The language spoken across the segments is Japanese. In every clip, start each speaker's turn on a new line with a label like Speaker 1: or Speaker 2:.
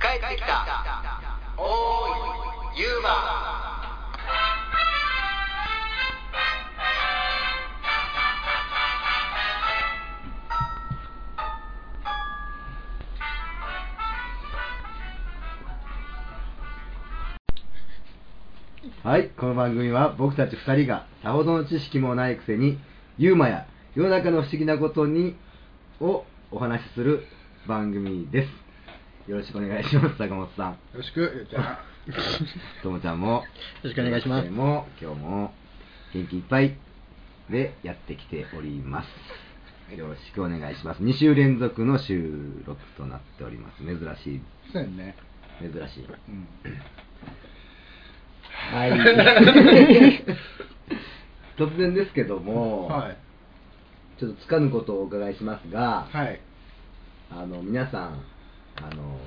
Speaker 1: 帰ってきたおーいユーマ
Speaker 2: はい、この番組は僕たち2人がさほどの知識もないくせに、ユーマや世の中の不思議なことにをお話しする番組です。よろしくお願いします、坂本さん。
Speaker 3: よろしく、ゆうちゃん。よ
Speaker 2: ともちゃんも。よ
Speaker 3: ろしくお願いします
Speaker 2: ともちゃんも今日も元気いっぱいでやってきております。よろしくお願いします。2週連続の収録となっております。珍しい、
Speaker 3: そうやんね。
Speaker 2: 珍しい。
Speaker 3: うん。
Speaker 2: はい。 突然ですけども、
Speaker 3: はい。
Speaker 2: ちょっとつかぬことをお伺いしますが、
Speaker 3: はい。
Speaker 2: あの皆さんあの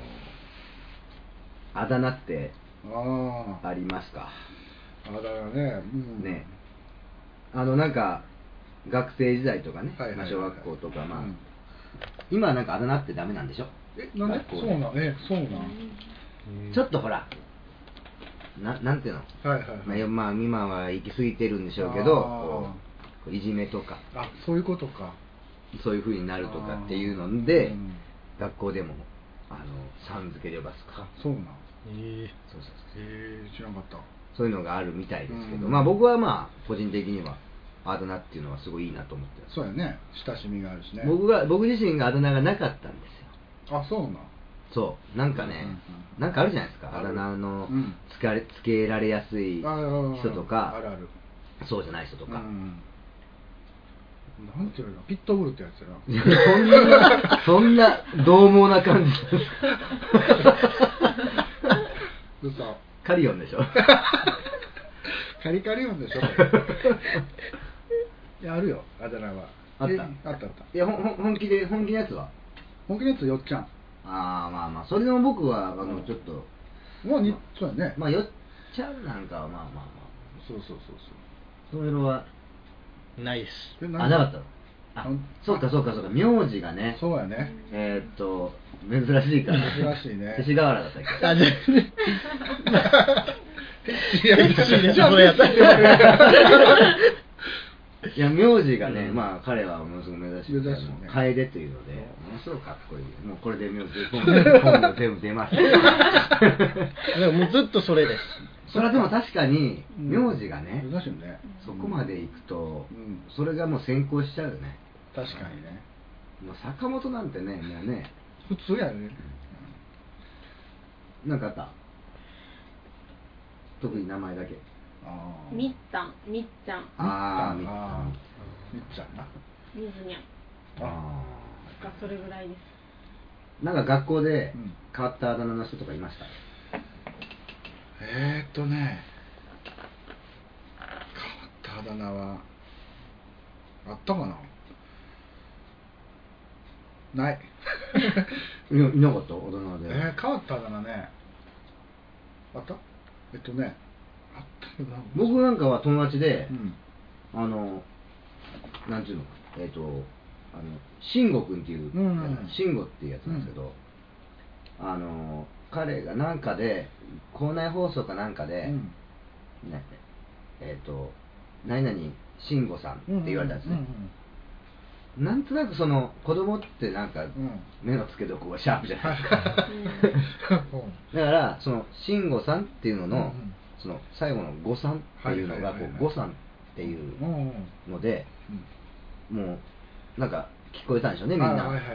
Speaker 2: あだ名って
Speaker 3: ああ。
Speaker 2: ありますか、
Speaker 3: あだ名ね。うん。
Speaker 2: ねあのなんか学生時代とかね、
Speaker 3: はいはいはい
Speaker 2: まあ、小学校とかまあ、
Speaker 3: うん
Speaker 2: 今はなんかあだ名ってダメなんでしょ、
Speaker 3: え、なんで
Speaker 2: 学
Speaker 3: そ
Speaker 2: 校で
Speaker 3: うなんえ、そうなん
Speaker 2: ちょっとほらななんていうの、
Speaker 3: はいはい
Speaker 2: ま
Speaker 3: は
Speaker 2: あ
Speaker 3: い。
Speaker 2: よまあ、今は行き過ぎてるんでしょうけど
Speaker 3: あー
Speaker 2: こういじめとか
Speaker 3: あ、そういうことか。
Speaker 2: そういうふうになるとかっていうので、
Speaker 3: あーうん
Speaker 2: 学校でもあのさん付け呼ばすと
Speaker 3: あ
Speaker 2: か、
Speaker 3: そうなん。
Speaker 4: え
Speaker 2: そうそうそう
Speaker 3: えー、知らなかった。
Speaker 2: そういうのがあるみたいですけど、
Speaker 3: うん
Speaker 2: まあ僕はまあ個人的にはあだ名っていうのはすごいいいなと思ってます、
Speaker 3: そうやね。親しみがあるしね。
Speaker 2: 僕が僕自身があだ名がなかったんですよ
Speaker 3: あ、そうなん。
Speaker 2: そうなんかね、
Speaker 3: うん
Speaker 2: なんかあるじゃないですか
Speaker 3: あ
Speaker 2: あ
Speaker 3: る
Speaker 2: だ名の
Speaker 3: うん
Speaker 2: つかれつけられやすい
Speaker 3: あああ
Speaker 2: 人とか
Speaker 3: あるある。
Speaker 2: そうじゃない人とか、
Speaker 3: うん。なんていうのピットブルってやつやな。
Speaker 2: いやそんなそんな獰猛な感じ
Speaker 3: 嘘。
Speaker 2: カリオンでしょ
Speaker 3: カリカリ音でしょい やあるよあだ名は
Speaker 2: あった
Speaker 3: えあったあった
Speaker 2: いやほんほん本気で本気のやつは
Speaker 3: 本気のやつよっちゃん
Speaker 2: ああまあまあそれでも僕はあのちょっと
Speaker 3: もうに
Speaker 2: まあ
Speaker 3: そうやね、
Speaker 2: まあよっちゃんなんかはまあまあまあ
Speaker 3: そうそうそう
Speaker 2: そういうのは
Speaker 4: ー、ないです。
Speaker 3: そうで
Speaker 2: あなかったのあ
Speaker 3: うん
Speaker 2: そうかそうかそうか名字がね
Speaker 3: そうやね
Speaker 2: えーっと珍しいから
Speaker 3: 珍しいね
Speaker 2: 勅使河原だったっけ
Speaker 4: あ、じゃ
Speaker 3: いや
Speaker 4: セクシーでしょそれやった
Speaker 2: いや名字がね、まあ彼はものすごく珍しいから
Speaker 3: 珍しいね
Speaker 2: もう楓というのでものすごくかっこいいもうこれ で名字本名本名全部出ます
Speaker 4: あ、でももうずっとそれです。
Speaker 2: それはでも確かに
Speaker 3: うん
Speaker 2: 名字がね、
Speaker 3: 珍しいね
Speaker 2: そこまでいくと、
Speaker 3: うん
Speaker 2: それがもう先行しちゃうよね
Speaker 3: 確かにね
Speaker 2: もう坂本なんてねもうね
Speaker 3: 普通やね
Speaker 2: なんかあった特に名前だけ
Speaker 3: あー
Speaker 5: みっちゃん、みっちゃん、
Speaker 2: ああみっ
Speaker 3: あ
Speaker 2: た
Speaker 3: ーみっちゃんな
Speaker 5: みずにゃん
Speaker 2: あ
Speaker 5: がそれぐらいです。
Speaker 2: ーなんか学校で
Speaker 3: うん
Speaker 2: 変わったあだ名の人とかいました、
Speaker 3: えー、っとね変わったあだ名はあったかな ない
Speaker 2: いやいなかった大人で、
Speaker 3: えー、変わったあだ名ねあったえっとねあったよな
Speaker 2: 僕なんかは友達で、
Speaker 3: うん
Speaker 2: あのなんていうのえっ、とあの慎吾君っていう
Speaker 3: うんうんうん
Speaker 2: 慎吾っていうやつなんですけど、あの彼がなんかで校内放送かなんかで、
Speaker 3: うん
Speaker 2: ねえっ、と何々慎吾さんって言われたんですね、なんとなくその子供ってなんか
Speaker 3: ん
Speaker 2: 目の付けどころがシャープじゃないですか、
Speaker 3: うんうん
Speaker 2: だからその慎吾さんっていうのの、
Speaker 3: うんうん
Speaker 2: その最後の「五さん」っていうのが
Speaker 3: はいはい
Speaker 2: こ
Speaker 3: はいはいう
Speaker 2: 「五さん」っていう
Speaker 3: うんうん
Speaker 2: ので
Speaker 3: うん
Speaker 2: もうなんか聞こえたんでしょうねみん
Speaker 3: あはい
Speaker 2: な
Speaker 3: はいはい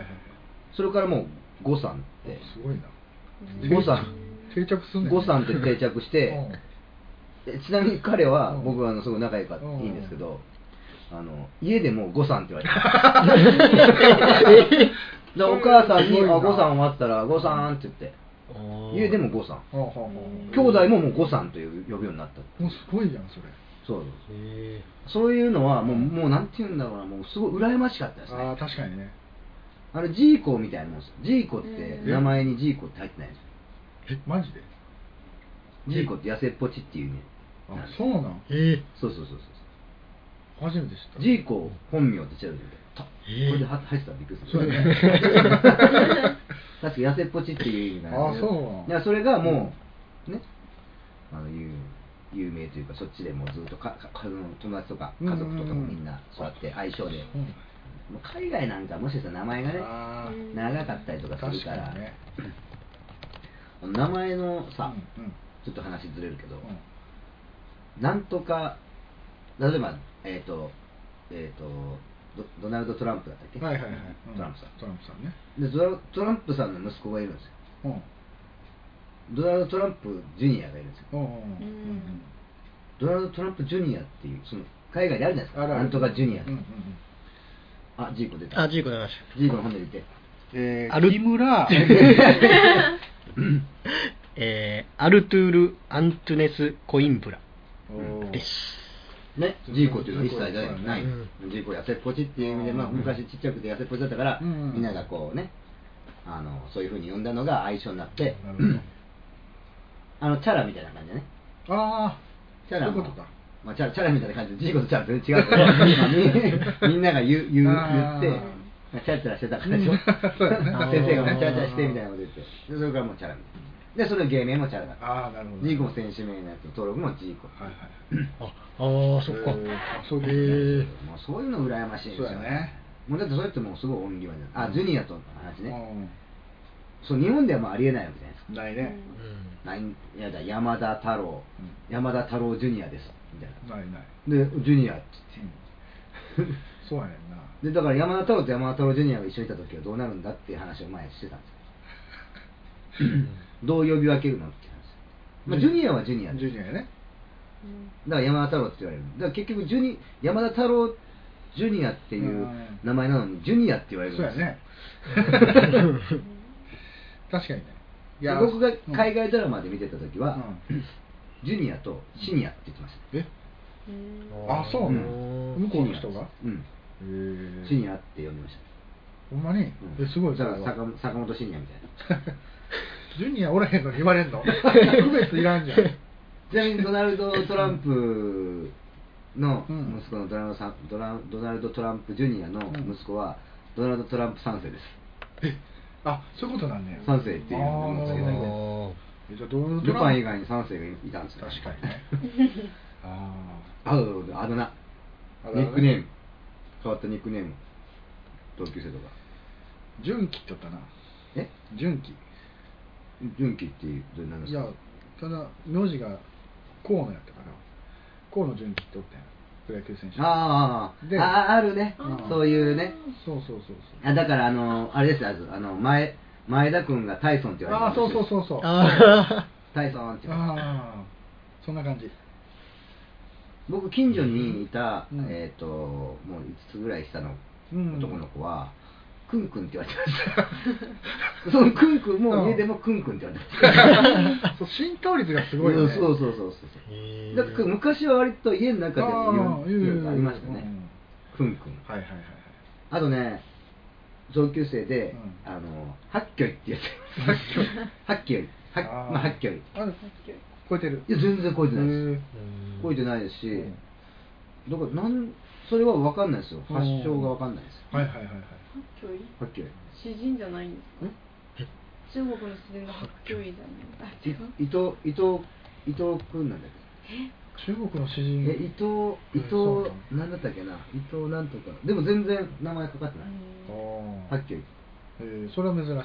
Speaker 2: それからもう「五さん」って
Speaker 3: すごいな
Speaker 2: 「五さん」
Speaker 3: 定着すんねん
Speaker 2: 五さんって定着して
Speaker 3: うん
Speaker 2: えちなみに彼は
Speaker 3: うん
Speaker 2: 僕はあのすごい仲良かったい
Speaker 3: うん
Speaker 2: いんですけどあの家でもう「五さん」って言われた でお母さんに「
Speaker 3: すごいな
Speaker 2: あ五さん終わったら五さん」って言って家でも五さん
Speaker 3: ほうほうほう
Speaker 2: 兄弟ももう五さんという呼ぶようになった
Speaker 3: もうすごいやんそれ
Speaker 2: そう
Speaker 4: え
Speaker 2: そういうのはもうもうなんて言うんだろうなもうすごい羨ましかったですね
Speaker 3: ああ確かにね
Speaker 2: あれジーコみたいなもんですジーコって
Speaker 5: うん
Speaker 2: 名前にジーコって入ってないんですよ
Speaker 3: えマジで
Speaker 2: ジーコって痩せっぽちっていうね
Speaker 3: あそうなん
Speaker 4: ー、え
Speaker 2: そうそうそうそう
Speaker 3: 初めて知った
Speaker 2: ジーコ本名って調べてみてたこ
Speaker 4: えー
Speaker 2: れでは入ってたらびっくりす
Speaker 3: そう
Speaker 2: る、
Speaker 3: やね
Speaker 2: 確か痩せっぽちっていう意味なんだけ
Speaker 3: あそ
Speaker 2: ど
Speaker 3: うなん
Speaker 2: いやそれがもう、ねあの有有名というかそっちでもうずっとかかか友達とか家族とかもみんなそうやって相性で、
Speaker 3: うん
Speaker 2: もう海外なんかもしかしたら名前がね
Speaker 3: あー
Speaker 2: 長かったりとかするから
Speaker 3: 確かにね
Speaker 2: あの 名前のさ、
Speaker 3: うんうん
Speaker 2: ちょっと話ずれるけど、
Speaker 3: うん
Speaker 2: なんとか例えばえっ、とえっ、とドドナルド・トランプだったっけ、
Speaker 3: はいはいはい、うん
Speaker 2: トランプさん
Speaker 3: トランプさんね
Speaker 2: でドラトランプさんの息子がいるんですよ
Speaker 3: うん
Speaker 2: ドナルド・トランプ・ジュニアがいるんですよ
Speaker 3: うんう
Speaker 5: う
Speaker 3: ん
Speaker 5: ん
Speaker 2: ドナルド・トランプ・ジュニアっていうその海外であるじゃないですか
Speaker 3: あるある
Speaker 2: なんとかジュニア、
Speaker 3: うんうんうん
Speaker 2: あジーコ出た
Speaker 4: あ、ジーコ出まし
Speaker 2: ジーコの本で見て
Speaker 6: え
Speaker 4: あ
Speaker 6: ー、
Speaker 4: る
Speaker 6: 木 村、
Speaker 4: た。えー、アルトゥール・アントゥネス・コインブラ
Speaker 3: おー
Speaker 4: です。
Speaker 2: ねジーコっていうのは一切ない,、ない
Speaker 4: うん
Speaker 2: ジーコ痩せっぽちっていう意味で、まあ、
Speaker 3: うん
Speaker 2: 昔ちっちゃくて痩せっぽちだったから、
Speaker 3: うん
Speaker 2: みんながこうねあのそういうふうに呼んだのが相性になって、
Speaker 3: なる
Speaker 2: あのチャラみたいな感じだね
Speaker 3: ほどあ
Speaker 2: チャラ
Speaker 3: そうい
Speaker 2: も
Speaker 3: うことか
Speaker 2: まあ、チャラチャラみたいな感じでジーコとチャラ全然違 うけどみんなが言う言う言
Speaker 3: あー
Speaker 2: ってまあチャラチャラしてたからでしょ
Speaker 3: そうだね
Speaker 2: 先生がねチャラチャラしてみたいなこと言ってでそれからもうチャラみたいなでその芸名もチャラだ
Speaker 3: あああなるほど
Speaker 2: ジーコも選手名のやつ登録もジーコ
Speaker 3: はいはい
Speaker 4: あ、あー、そっか
Speaker 3: え。ーあそう
Speaker 4: え
Speaker 3: いう
Speaker 4: ー
Speaker 2: もうそういうの羨ましいんですよ
Speaker 3: そうやね
Speaker 2: もうだってそうやってもうすごい音量じゃんあジュニアとの話
Speaker 3: う
Speaker 2: ね
Speaker 3: ん
Speaker 2: そう日本ではもうありえないわけじゃないですか
Speaker 3: ないね
Speaker 4: うん
Speaker 2: ないいやだ山田太郎、
Speaker 3: う
Speaker 2: 山田太郎ジュニアですみたい
Speaker 3: ないない
Speaker 2: なでジュニアって
Speaker 3: うんそうやねんな
Speaker 2: でだから山田太郎と山田太郎ジュニアが一緒にいた時はどうなるんだっていう話を前にしてたんです よどう呼び分けるのって話、まあ、ジュニアはジュニアで
Speaker 3: ジ
Speaker 2: す
Speaker 3: ュニアやね
Speaker 2: だから山田太郎って言われるだから結局ジュニ山田太郎ジュニアっていう名前なのにジュニアって言われるん
Speaker 3: そうや
Speaker 2: ですよ
Speaker 3: ね 確かにね
Speaker 2: で僕が海外ドラマで見てた時は、
Speaker 3: うん
Speaker 2: ジュニアとシニアって言ってました、
Speaker 3: え
Speaker 5: うん
Speaker 3: あそうなの
Speaker 4: うん
Speaker 3: 向こうの人がへ
Speaker 2: うん、
Speaker 3: え
Speaker 2: シニアって呼んでまし
Speaker 3: ほ
Speaker 2: た、
Speaker 3: んまに
Speaker 2: う
Speaker 3: え
Speaker 2: ん
Speaker 3: すごいそ
Speaker 2: だ
Speaker 3: れ
Speaker 2: か
Speaker 3: は
Speaker 2: ら坂本坂本シニアみたいな
Speaker 3: ジュニアおらへんのに言われ んの区別いらんじゃん
Speaker 2: ちなみにドナルド・トランプの
Speaker 3: うん
Speaker 2: 息子のドナルドさんドラドナルド・トランプ・ジュニアの息子はドナルド・トランプ3世です
Speaker 3: あそういうことなんね
Speaker 2: 3世っていうのもつけたいね
Speaker 4: あ
Speaker 3: えじゃあどう
Speaker 2: ルパン以外に3世がいたんですよ
Speaker 3: 確かにねあ
Speaker 2: ああだ名
Speaker 3: あだ名
Speaker 2: ニックネーム変わったニックネーム同級生とか
Speaker 3: ー純喜って言ったな
Speaker 2: え
Speaker 3: 純喜
Speaker 2: 純喜っていうどうなんで
Speaker 3: い
Speaker 2: すか
Speaker 3: やただ名字が河野やったから河野純喜っておったやんプロ野球選手
Speaker 2: あーあー
Speaker 3: で
Speaker 2: あーあるね
Speaker 3: うん
Speaker 2: そういうね
Speaker 3: そうそうそう
Speaker 2: あだからあのあれですよあの前前田君がタイソンって
Speaker 3: そう
Speaker 2: 言わ
Speaker 3: ああ
Speaker 2: れて
Speaker 3: そう
Speaker 2: るんですよ
Speaker 3: そうそうそうあ
Speaker 4: あ
Speaker 2: タイソンって言われて
Speaker 3: あそんな感じ
Speaker 2: 僕近所にいた、
Speaker 3: うん
Speaker 2: えっ、ともう5つぐらい下の
Speaker 3: うん
Speaker 2: 男の子は、クンクンって言われて ましたそのクンクンも
Speaker 3: うん
Speaker 2: 家でもクンクンって言われてました
Speaker 3: そう浸透率がすごいよね
Speaker 2: そうそうそうそうそう
Speaker 4: へー
Speaker 2: だから昔は割と家の中でも
Speaker 3: あー
Speaker 2: 言う
Speaker 3: 言う
Speaker 2: 言うのありましたね、
Speaker 3: うん
Speaker 2: クンクン
Speaker 3: はいはいはいはい
Speaker 2: あとね上級生で、
Speaker 3: う
Speaker 2: あのハッキョイってやつハッキョイハッキョイ
Speaker 3: あー
Speaker 2: まあハッキョイ
Speaker 3: あれ超えてる
Speaker 2: いや全然超えてない
Speaker 3: へ
Speaker 2: で
Speaker 3: ー
Speaker 2: す超えてないですし、
Speaker 3: うん
Speaker 2: だからなんそれは分かんないですよ
Speaker 3: うん
Speaker 2: 発祥が分かんないです
Speaker 3: はいはいはいはい
Speaker 5: 八教医
Speaker 2: ハッキョイ
Speaker 5: 詩人じゃないんですか中国の詩人が八教医じゃないあ違う
Speaker 2: い伊藤伊藤伊藤君なんだっ
Speaker 3: 中国の詩
Speaker 2: け、
Speaker 3: 人
Speaker 2: え伊藤伊
Speaker 3: そう
Speaker 2: 藤なんだったっけな伊藤なんとかでも全然名前かかってない、
Speaker 5: うん
Speaker 3: あ
Speaker 2: ハ
Speaker 3: あ
Speaker 2: ッキョイ、
Speaker 3: えーそれは珍しいな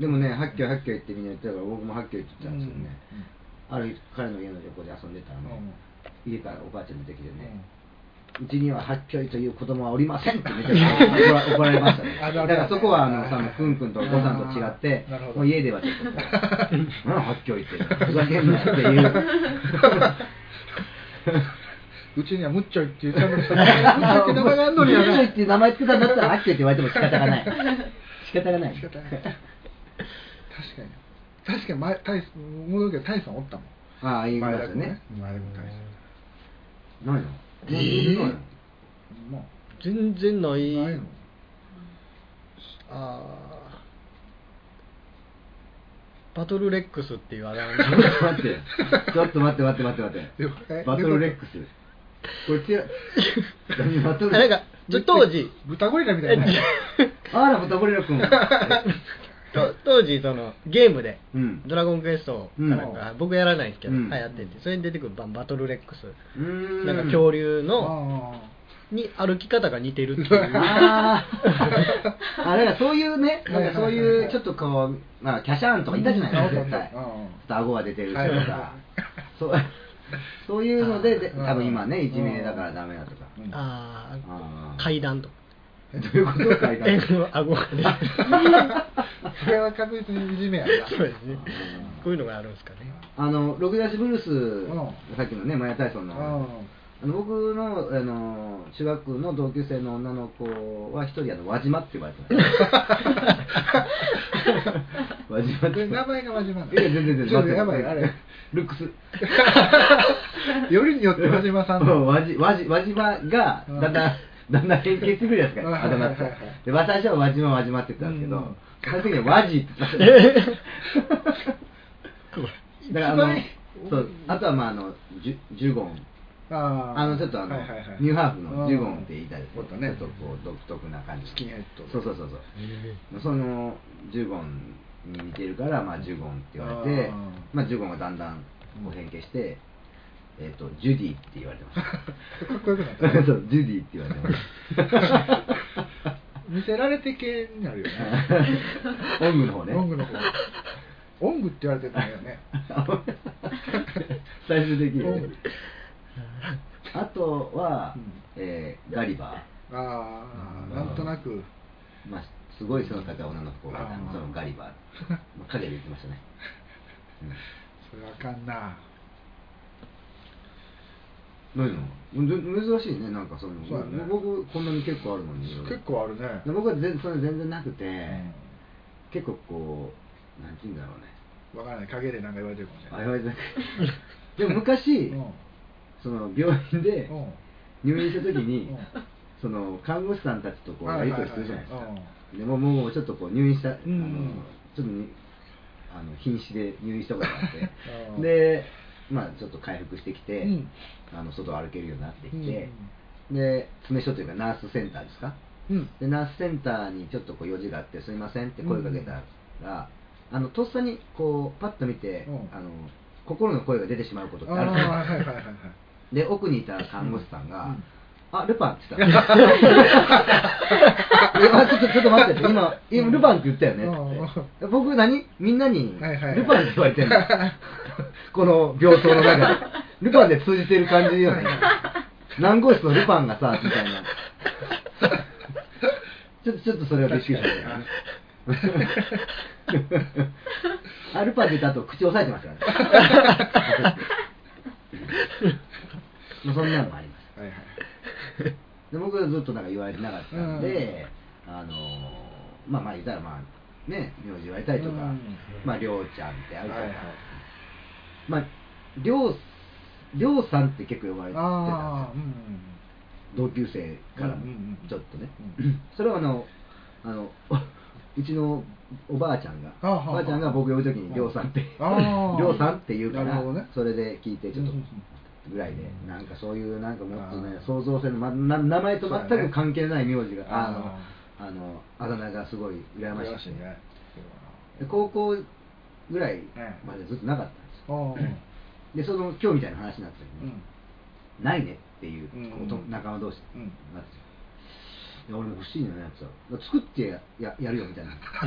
Speaker 2: でもねハッキョイハッキョイってみんな言ってたから僕もハッキョイって言ってたんですけどね、
Speaker 3: うんうん
Speaker 2: ある日彼の家の横で遊んでたらね、家からおばあちゃん出てきてね、うちには八教という子供はおりませんってめちゃくち ゃ怒ら怒られましたね。
Speaker 3: あ
Speaker 2: だ
Speaker 3: るあ
Speaker 2: か
Speaker 3: る
Speaker 2: らそこはあ の、そのくんくんとお子さんと違って
Speaker 3: あーなるほ、ど
Speaker 2: もう家ではちょっとこう、うん、八教って、ふざけんなっていう。
Speaker 3: うちにはむっちょいって言ったのに、むっちょい って名前があんのにや
Speaker 2: 八教
Speaker 3: な
Speaker 2: っていう名前つけたんだったら、八教って言われても仕方がない。 仕方がない。
Speaker 3: 仕方ない確かに。確かに前、タイス、戻るけど、タイさんおったもん。
Speaker 2: ああ、言いましたね。
Speaker 3: 前田君タイ
Speaker 2: ないの
Speaker 4: えー
Speaker 2: いるのよ
Speaker 3: さん。も
Speaker 4: 全然な
Speaker 3: う、
Speaker 4: い。
Speaker 3: ないの。
Speaker 4: あーバトルレックスっていうあれある
Speaker 2: ちょ っと待って、ちょっと待って待って待って
Speaker 3: 了
Speaker 2: 待って。
Speaker 3: 解
Speaker 2: バトルレックス。これ違う。バトル
Speaker 4: あなんか当時
Speaker 3: 豚ゴリラみたいな。
Speaker 2: ああら、ボタボリラ 君。
Speaker 4: と当時そのゲームで
Speaker 2: うん
Speaker 4: ドラゴンクエストかなんか、
Speaker 3: うん
Speaker 4: 僕やらないんですけど、
Speaker 2: うん
Speaker 4: はいやっててそれに出てくるババトルレックス
Speaker 2: うーん
Speaker 4: なんか恐竜の
Speaker 3: あ
Speaker 4: に歩き方が似てるっていう
Speaker 2: あ ーあ、だからそういうね、なんかそう
Speaker 3: はいはいはいは
Speaker 2: いう
Speaker 3: い
Speaker 2: ちょっとこう、まあ、キャシャーンとかいたじゃないですか、絶対。ち
Speaker 3: う
Speaker 2: ょ
Speaker 3: んうん
Speaker 2: っと顎が出てる人と
Speaker 3: はいはい
Speaker 2: か
Speaker 3: は。
Speaker 2: そう そういうので、で
Speaker 3: うん
Speaker 2: 多分今ね、一命だからダメだとか。
Speaker 3: うん
Speaker 2: あ
Speaker 4: ああ
Speaker 2: ー
Speaker 4: 階段とか
Speaker 2: どういうことかい
Speaker 4: え の顎が出てる
Speaker 3: あそれは確実にいじめやな
Speaker 4: そうですねこういうのがあるんですかね
Speaker 2: あの、六出しブルー
Speaker 3: うん
Speaker 2: ス、さっきのね、マヤ体操
Speaker 3: う
Speaker 2: の。
Speaker 3: ん
Speaker 2: あの僕のあの中学の同級生の女の子は一人あの輪島って呼ばれてました。輪島っ
Speaker 3: こ
Speaker 2: て
Speaker 3: れ名前が真島なの
Speaker 2: いや全然全然。
Speaker 3: ちょっとやばいあれ
Speaker 2: ルックス。
Speaker 3: よりによって真島さんの
Speaker 2: 輪島輪島輪島が
Speaker 3: うん
Speaker 2: だんだん。だんだん変形してくるじゃないです
Speaker 3: うん
Speaker 2: か、あだ名って
Speaker 3: はいはいはいはい。
Speaker 2: で、私は輪島輪島って言ってたんです
Speaker 3: う
Speaker 2: けど
Speaker 3: ん、
Speaker 2: 最終的には和じって言ってた。
Speaker 3: 一
Speaker 2: だからあの
Speaker 3: 番いい、
Speaker 2: そう、あとはまああの、ジュジュゴン。
Speaker 3: あー
Speaker 2: あのちょっとあの、
Speaker 3: はいはいはい
Speaker 2: ニューハーフのジュゴンって言いたいです
Speaker 3: もっとね
Speaker 2: ちょっとこう独特な感じ
Speaker 3: スキンヘッド
Speaker 2: そうそうそうそう、そのジュゴンに似てるから、まあ、ジュゴンって言われて
Speaker 3: あー
Speaker 2: まあ、ジュゴンがだんだんこう変形して、えっとジュディって言われてまし
Speaker 3: かっこよくなった
Speaker 2: たそうジュディって言われてまし
Speaker 3: 見せられて系になるよね
Speaker 2: たオングの方ね
Speaker 3: オングの方オングって言われてたんだよね
Speaker 2: 最終的に
Speaker 3: オン
Speaker 2: ね
Speaker 3: グ
Speaker 2: あとは、
Speaker 3: うん
Speaker 2: えーガリバ
Speaker 3: ああなんとなく
Speaker 2: ー、まあ、すごい背の高い女の子が
Speaker 3: あー
Speaker 2: そのガリバー、 まあ、影で言ってましたね、うん
Speaker 3: それはあかんな
Speaker 2: ないの珍しいねなんかそういうの
Speaker 3: そうだね
Speaker 2: 僕こんなに結構あるのに
Speaker 3: 結構あるね
Speaker 2: で僕は全それ全然なくて、
Speaker 3: ん
Speaker 2: 結構こうなんて言うんだろうね
Speaker 3: わからない影でなんか言われてるかもしれ
Speaker 2: あ
Speaker 3: ない
Speaker 2: れはでも昔、
Speaker 3: うん
Speaker 2: その病院で
Speaker 3: うん
Speaker 2: 入院した時に、
Speaker 3: うん
Speaker 2: その看護師さんたちとこうやり取りするじゃないですか、
Speaker 3: はいはいはい
Speaker 2: でもうもうちょっとこう入院した、
Speaker 3: んうん
Speaker 2: あのちょっとにあの瀕死で入院したことがあっ
Speaker 3: う
Speaker 2: て
Speaker 3: ん
Speaker 2: でまあちょっと回復してきて、
Speaker 3: うん
Speaker 2: あの外を歩けるようになってきて、で詰所というかナースセンターですか
Speaker 3: うん
Speaker 2: でナースセンターにちょっとこう用事があって「すいません」って声かけたら、あのとっさにこうパッと見て、
Speaker 3: うん
Speaker 2: あの心の声が出てしまうことって
Speaker 3: ああ
Speaker 2: あるじゃない
Speaker 3: はいはいはいはい
Speaker 2: で奥にいた看護師さんが「
Speaker 3: うん
Speaker 2: あルパン」っ て言ったのであちょっとちょっと待ってって今今ルパンって言ったよねってで僕何みんなに
Speaker 3: はいはいはい
Speaker 2: ルパンって言われ てるのこの病棟の中でルパンで通じてる感じよね何号室のルパンがさみた いなちょっとちょっとそれはびっくりしたねアルパン出た後口押さえてました からねまあそんなのもあります
Speaker 3: はいはい
Speaker 2: で僕はずっとなんか言われてなかったんで、あのーまあまあ言ったらまあね名字言われたりとか、
Speaker 3: うん
Speaker 2: まありょうちゃんってあるじゃな
Speaker 3: は
Speaker 2: い
Speaker 3: いはい
Speaker 2: まありょうりょうさんって結構呼ばれてた
Speaker 3: ああ
Speaker 2: ん
Speaker 3: うん
Speaker 2: ですよ同級生からも
Speaker 3: うんうんうん
Speaker 2: ちょっとね、
Speaker 3: う
Speaker 2: それはあのあの おうちのおばあちゃんが
Speaker 3: あはは
Speaker 2: おばあちゃんが僕呼ぶ時に「りょうさん」って「り
Speaker 3: あ ー
Speaker 2: ょうさん」って言うか
Speaker 3: な
Speaker 2: ら
Speaker 3: るほどね
Speaker 2: それで聞いてちょっと
Speaker 3: うんうん
Speaker 2: ぐらいでなんかそういうなんかもっとね
Speaker 3: あー
Speaker 2: 創造性の、ま、な名前と全く関係ない名字が、
Speaker 3: そうだね
Speaker 2: あのあのあだ名がすごい羨ましい
Speaker 3: 羨ましいね
Speaker 2: で高校ぐらいまでずっとなかったんですよ、
Speaker 3: うんうん
Speaker 2: でその今日みたいな話になった時に、ないねっていう、
Speaker 3: うん
Speaker 2: こうと仲間同士
Speaker 3: うん
Speaker 2: になっていや俺も欲しいのよやつはだから作ってやややるよみたい な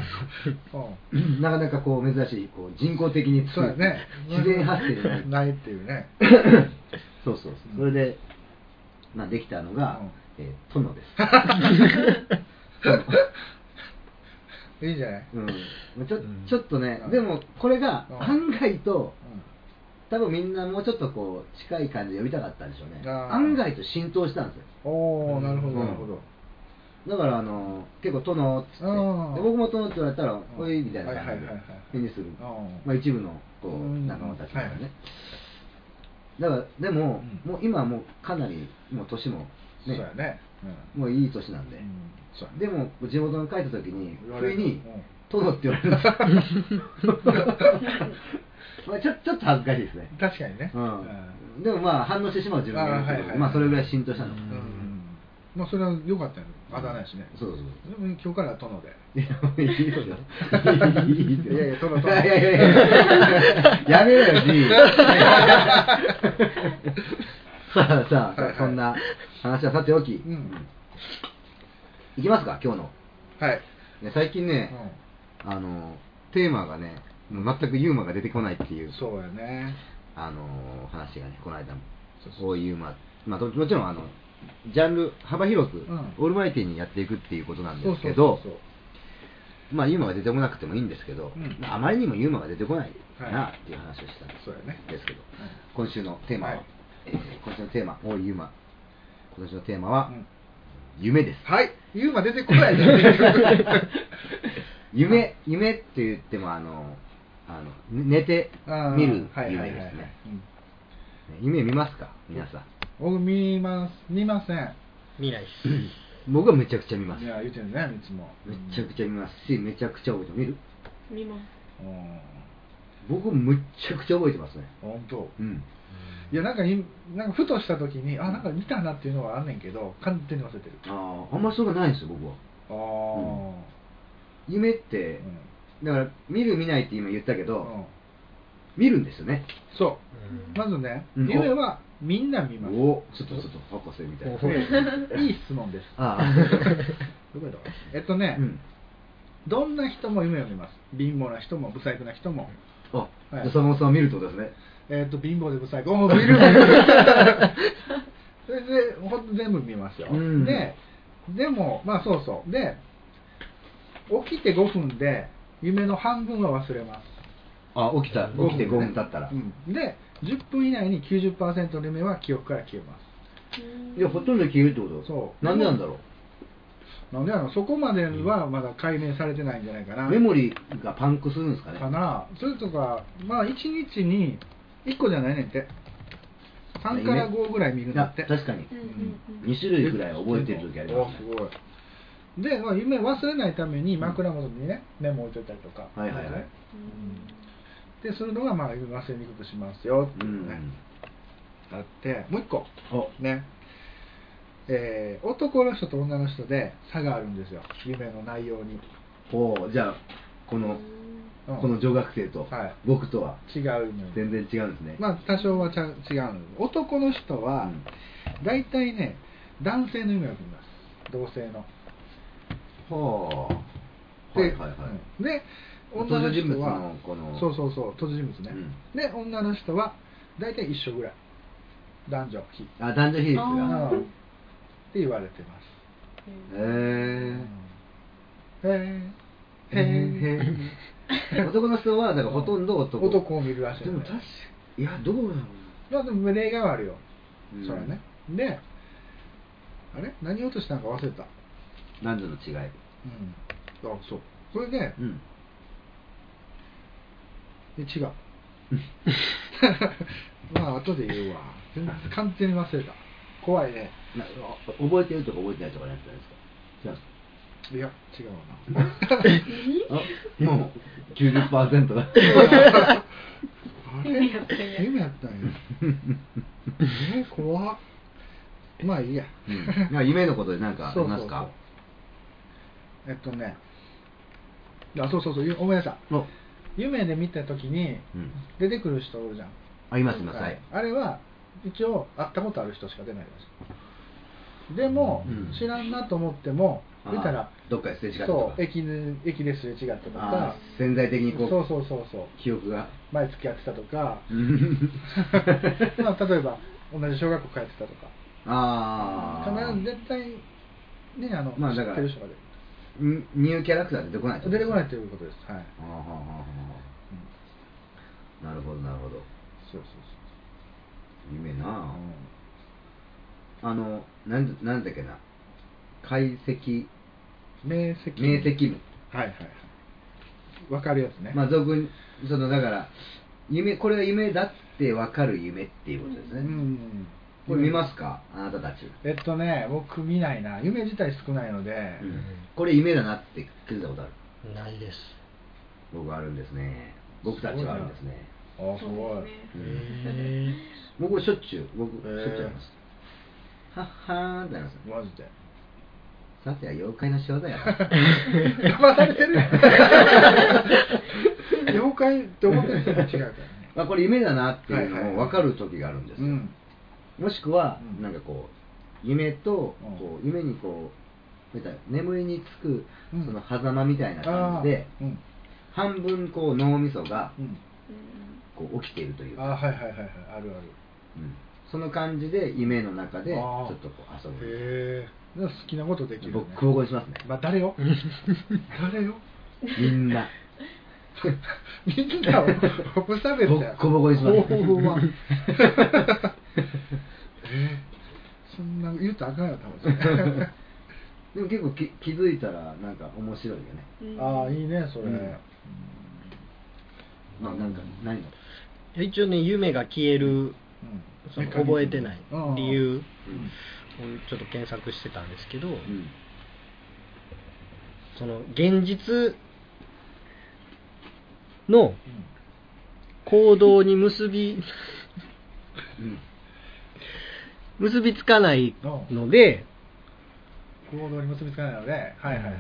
Speaker 3: うん
Speaker 2: なかなかこう珍しいこう人工的に
Speaker 3: そう
Speaker 2: 作
Speaker 3: だ
Speaker 2: る、
Speaker 3: ね
Speaker 2: 自然発生じ ゃない
Speaker 3: ないっていうね
Speaker 2: そうそうそう
Speaker 3: う
Speaker 2: それで、まあ、できたのが、えー 殿です、
Speaker 3: いいじゃない
Speaker 2: うん、ちょ
Speaker 4: うん
Speaker 2: ちょっとね、
Speaker 3: うん
Speaker 2: でもこれが
Speaker 3: うん
Speaker 2: 案外と、
Speaker 3: う
Speaker 2: 多分みんなもうちょっとこう近い感じで呼びたかったんでしょうね
Speaker 3: あー
Speaker 2: 案外と浸透したんですよ
Speaker 3: んおおなるほど
Speaker 2: うん
Speaker 3: なるほど
Speaker 2: だからあの結構殿っつってで
Speaker 3: うん
Speaker 2: 僕も殿って言われたら「おい」みたいな
Speaker 3: は
Speaker 2: 感
Speaker 3: い
Speaker 2: じ
Speaker 3: はいはいはい
Speaker 2: で返事する
Speaker 3: うん
Speaker 2: まあ一部のこ
Speaker 3: う
Speaker 2: うん仲間たちから
Speaker 3: はい
Speaker 2: ねだからでも
Speaker 3: うん
Speaker 2: もう今もうかなりもう年も
Speaker 3: そう
Speaker 2: ね
Speaker 3: やねうん
Speaker 2: もういい年なんで
Speaker 3: うんそうやね
Speaker 2: でも地元に帰った時に
Speaker 3: 言わ
Speaker 2: 不
Speaker 3: れ
Speaker 2: 意
Speaker 3: る
Speaker 2: に
Speaker 3: うん
Speaker 2: 「殿」って言 われるんですよまあちょちょっと恥ずかしいですね
Speaker 3: 確かにね
Speaker 2: うん、でもまあ反応してしまう自分がいるけど
Speaker 3: あーはいはい
Speaker 2: まあそれぐらい浸透したの、
Speaker 3: うんまあそれは良かったよあだ名ですね
Speaker 2: そうそう
Speaker 3: でも今日から殿で
Speaker 2: いやいいですよ。いいですよ。
Speaker 3: いやいやトロトロ
Speaker 2: いやいやいややめろよ、 じい。さあさあ、
Speaker 3: はいはい
Speaker 2: そんな話はさておき、
Speaker 3: うん
Speaker 2: いきますか、今日の。
Speaker 3: はい、
Speaker 2: ね、最近ね、あの、テーマがね、もう全くユーマが出てこないっていう
Speaker 3: うん、、そうやね
Speaker 2: あの、話がね、この間も
Speaker 3: そう。そう
Speaker 2: こういう、まあ、まあ、どもちろん、あの、ジャンル幅広く、
Speaker 3: うん
Speaker 2: オールマイティにやっていくっていうことなん
Speaker 3: そ
Speaker 2: で
Speaker 3: う
Speaker 2: す
Speaker 3: そ
Speaker 2: け
Speaker 3: う
Speaker 2: ど、
Speaker 3: そうそう
Speaker 2: まあ、ユーマが出てこなくてもいいんですけど、
Speaker 3: うん
Speaker 2: まああまりにもユーマが出てこないな
Speaker 3: はい
Speaker 2: っていう話をしたんです
Speaker 3: そうやね
Speaker 2: けど、今週のテーマは、
Speaker 3: はい
Speaker 2: えー今週のテーマ、おいユーマ、今年のテーマは、
Speaker 3: うん
Speaker 2: 夢です。
Speaker 3: はいユーマ出てこない じゃん
Speaker 2: 夢、夢って言っても、あの、あの寝て
Speaker 3: あー
Speaker 2: 見る
Speaker 3: はいは
Speaker 2: 夢
Speaker 3: いはい
Speaker 2: で
Speaker 3: はい
Speaker 2: すね。
Speaker 3: うん
Speaker 2: 夢見ますか皆さん。
Speaker 3: 僕見ます見ません
Speaker 4: 見ないっす。
Speaker 2: 僕はめちゃくちゃ見ます。
Speaker 3: い
Speaker 2: め
Speaker 3: や言うてるねいつも
Speaker 2: ちゃくちゃ見ますし、めちゃくちゃ覚えてます見る
Speaker 5: 見ます
Speaker 3: うん
Speaker 2: 僕、むっちゃくちゃ覚えてますね。
Speaker 3: 本当
Speaker 2: うん。
Speaker 3: いやなんかいなんかふとした時にあなんか見たなっていうのはあんねんけど完全に忘れてるあ
Speaker 2: あーあんまりそれがないんですよ、僕は。
Speaker 3: あー、
Speaker 2: 夢って、だから見る見ないって今言ったけ
Speaker 3: う
Speaker 2: ど、
Speaker 3: んうん
Speaker 2: 見るんですよね
Speaker 3: そううまずね、
Speaker 2: うん
Speaker 3: 夢はみんな見ます
Speaker 2: おちょっとちょっと博士みたいな
Speaker 4: お
Speaker 3: でいい質問です
Speaker 2: あ
Speaker 3: どこやろえっと ね
Speaker 2: あ、、うん、
Speaker 3: どんな人も夢を見ます貧乏な人も不細工な人も、
Speaker 2: あ、
Speaker 3: はい
Speaker 2: じゃあ坂本さんは見るってことですね
Speaker 3: えっと貧乏で不細工おー見 る見るそれでほんと全部見ますよ、
Speaker 2: うん
Speaker 3: ででもまあそうそうで起きて5分で夢の半分は忘れます
Speaker 2: あ起きた起きて5分経ったら、
Speaker 3: うんで10分以内に90%の夢は記憶から消えま
Speaker 2: いやほとんど消えるってこと
Speaker 3: そう
Speaker 2: なんでなんだろ
Speaker 3: すなんであのそこまではまだ解明されてないんじゃないかな、
Speaker 2: うメモリーがパンクするんですかね
Speaker 3: かなそれとかまあ1日に1個じゃないねんって3から5ぐらい見るんだって
Speaker 2: あ確かに
Speaker 5: うんうんうん
Speaker 2: 2種類ぐらい覚えてる時あります
Speaker 3: お
Speaker 2: ね
Speaker 3: すごいで、まあ、夢忘れないために枕元にね、メモ置いといたりとか
Speaker 2: はいはいはい
Speaker 3: でそういうのがまあ夢忘れにくくしますよって
Speaker 2: う
Speaker 3: い
Speaker 2: ん
Speaker 3: うね、あってもう一個
Speaker 2: お
Speaker 3: ねえー男の人と女の人で差があるんですよ夢の内容に
Speaker 2: おうじゃあこの、
Speaker 3: うん
Speaker 2: この女学生と、
Speaker 3: はい
Speaker 2: 僕とは
Speaker 3: 違う夢に
Speaker 2: 全然違うんですね、
Speaker 3: まあ多少はちゃ違うの男の人は
Speaker 2: うん
Speaker 3: 大体ね男性の夢を見ます同性の
Speaker 2: はあ
Speaker 3: で
Speaker 2: はいはいはい、
Speaker 3: うんで女の人は
Speaker 2: 登場人物のこの
Speaker 3: そうそうそう登場人物ね、
Speaker 2: う
Speaker 3: で女の人は大体一緒ぐらい男女比っ
Speaker 2: あ男女比率
Speaker 5: あ
Speaker 2: が
Speaker 5: ー
Speaker 3: うんて言われてます
Speaker 2: へ
Speaker 3: うん
Speaker 2: え
Speaker 3: へえへえ
Speaker 2: へえ男の人はだからほとんど男
Speaker 3: 男を見るらしい
Speaker 2: でも確かいやどうなの
Speaker 3: まあでも例外はあるよ、
Speaker 2: うん
Speaker 3: それはねであれ何落としたのか忘れた
Speaker 2: 男女の違い
Speaker 3: うんあそうそれで、
Speaker 2: うん
Speaker 3: え違 う まあ後で言うわ全然完全に忘れた怖いね
Speaker 2: なあ覚えてるとか覚えてないとかのやつじゃないですかじゃ
Speaker 3: いや違うな
Speaker 2: あもう90%が
Speaker 3: あれ
Speaker 5: 夢やったんや
Speaker 3: 夢やったんやえー怖っまあいいや、
Speaker 2: うんなんか夢のことで何かあります
Speaker 3: そ
Speaker 2: か
Speaker 3: うそうそうえっとねあそうそうそうゆ思い出した
Speaker 2: お
Speaker 3: 夢で見た時に
Speaker 2: うん
Speaker 3: 出てくる人おるじゃん
Speaker 2: あいますいますはい
Speaker 3: あれは一応会ったことある人しか出ないらしいでも、
Speaker 2: うん
Speaker 3: 知らんなと思っても
Speaker 2: あー
Speaker 3: 出たら
Speaker 2: どっかですれ違ったと
Speaker 3: そ
Speaker 2: か
Speaker 3: う駅ぬ駅ですれ違ったと
Speaker 2: あ
Speaker 3: か
Speaker 2: ー潜在的にこう
Speaker 3: そうそうそうそう
Speaker 2: 記憶が、
Speaker 3: 前付き合ってたとか
Speaker 2: うん
Speaker 3: まあ、例えば同じ小学校通ってたとか
Speaker 2: ああ
Speaker 3: 必ず絶対ねあの、
Speaker 2: まあ
Speaker 3: 知
Speaker 2: だ
Speaker 3: っ
Speaker 2: から
Speaker 3: てる人が出る
Speaker 2: んニューキャラクター出てこない
Speaker 3: 出てこない
Speaker 2: っ
Speaker 3: と
Speaker 2: てこ
Speaker 3: いうことですはい、
Speaker 2: とああああ
Speaker 3: う
Speaker 2: あ
Speaker 3: ん
Speaker 2: あなるほどなるほど
Speaker 3: そうそうそ
Speaker 2: 夢な
Speaker 3: う、
Speaker 2: ああのなんなんだっけな解析
Speaker 3: うん、明晰
Speaker 2: 明晰夢
Speaker 3: はいはいはい分かるやつね、
Speaker 2: まあ俗にそのだから夢これは夢だってわかる夢っていうことですね、
Speaker 3: うん
Speaker 2: これ見ますかあなたたち、
Speaker 3: えっとね僕見ないな夢自体少ないので、
Speaker 2: うんこれ夢だなって気づいたことある
Speaker 4: んないです。
Speaker 2: 僕はあるんですね僕たちはあるんですね
Speaker 3: ああすごい
Speaker 5: そうですね
Speaker 4: へ
Speaker 2: 僕はしょっちゅう僕しょっ
Speaker 3: へー
Speaker 2: ちゅうありますはっはーってなりますね
Speaker 3: マジで
Speaker 2: さては妖怪の仕業やな
Speaker 3: 騙されて る妖怪って思ってる人と違うからね
Speaker 2: まあこれ夢だなっていう
Speaker 3: はいは
Speaker 2: の
Speaker 3: い
Speaker 2: も分かる時があるんです
Speaker 3: う
Speaker 2: よ、
Speaker 3: ん
Speaker 2: もしくは
Speaker 3: うん
Speaker 2: なんかこう夢と
Speaker 3: うん
Speaker 2: こう夢にこうなんか眠りにつく
Speaker 3: うん
Speaker 2: その狭間みたいな感じで
Speaker 3: あーうん
Speaker 2: 半分こう脳みそが
Speaker 3: うん
Speaker 2: こう起きているという
Speaker 3: あー
Speaker 2: か
Speaker 3: はいはいはいはいあるある
Speaker 2: うんその感じで夢の中でち
Speaker 3: あ
Speaker 2: ょ
Speaker 3: ー
Speaker 2: っとこう遊ぶ
Speaker 3: へえ好きなことできる、ね、
Speaker 2: 僕交互にしますね
Speaker 3: まあ、誰 よ誰よ
Speaker 2: みんな
Speaker 3: みんなを無差別
Speaker 2: ボ
Speaker 3: だよ
Speaker 2: ッコボコにします
Speaker 3: おーまあえーそんな言うとあかんよ多分
Speaker 2: でも結構き気づいたらなんか面白いよね
Speaker 3: ああいいねそれ、
Speaker 2: うん
Speaker 3: うん
Speaker 2: まあなんか何だろ
Speaker 4: 一応ね夢が消えるその覚えてない理由
Speaker 2: ううん
Speaker 4: をちょっと検索してたんですけど、
Speaker 2: うん
Speaker 4: その現実の行動に結び
Speaker 2: うん
Speaker 4: 結びつかないので
Speaker 3: 行動に結びつかないのではいはいはい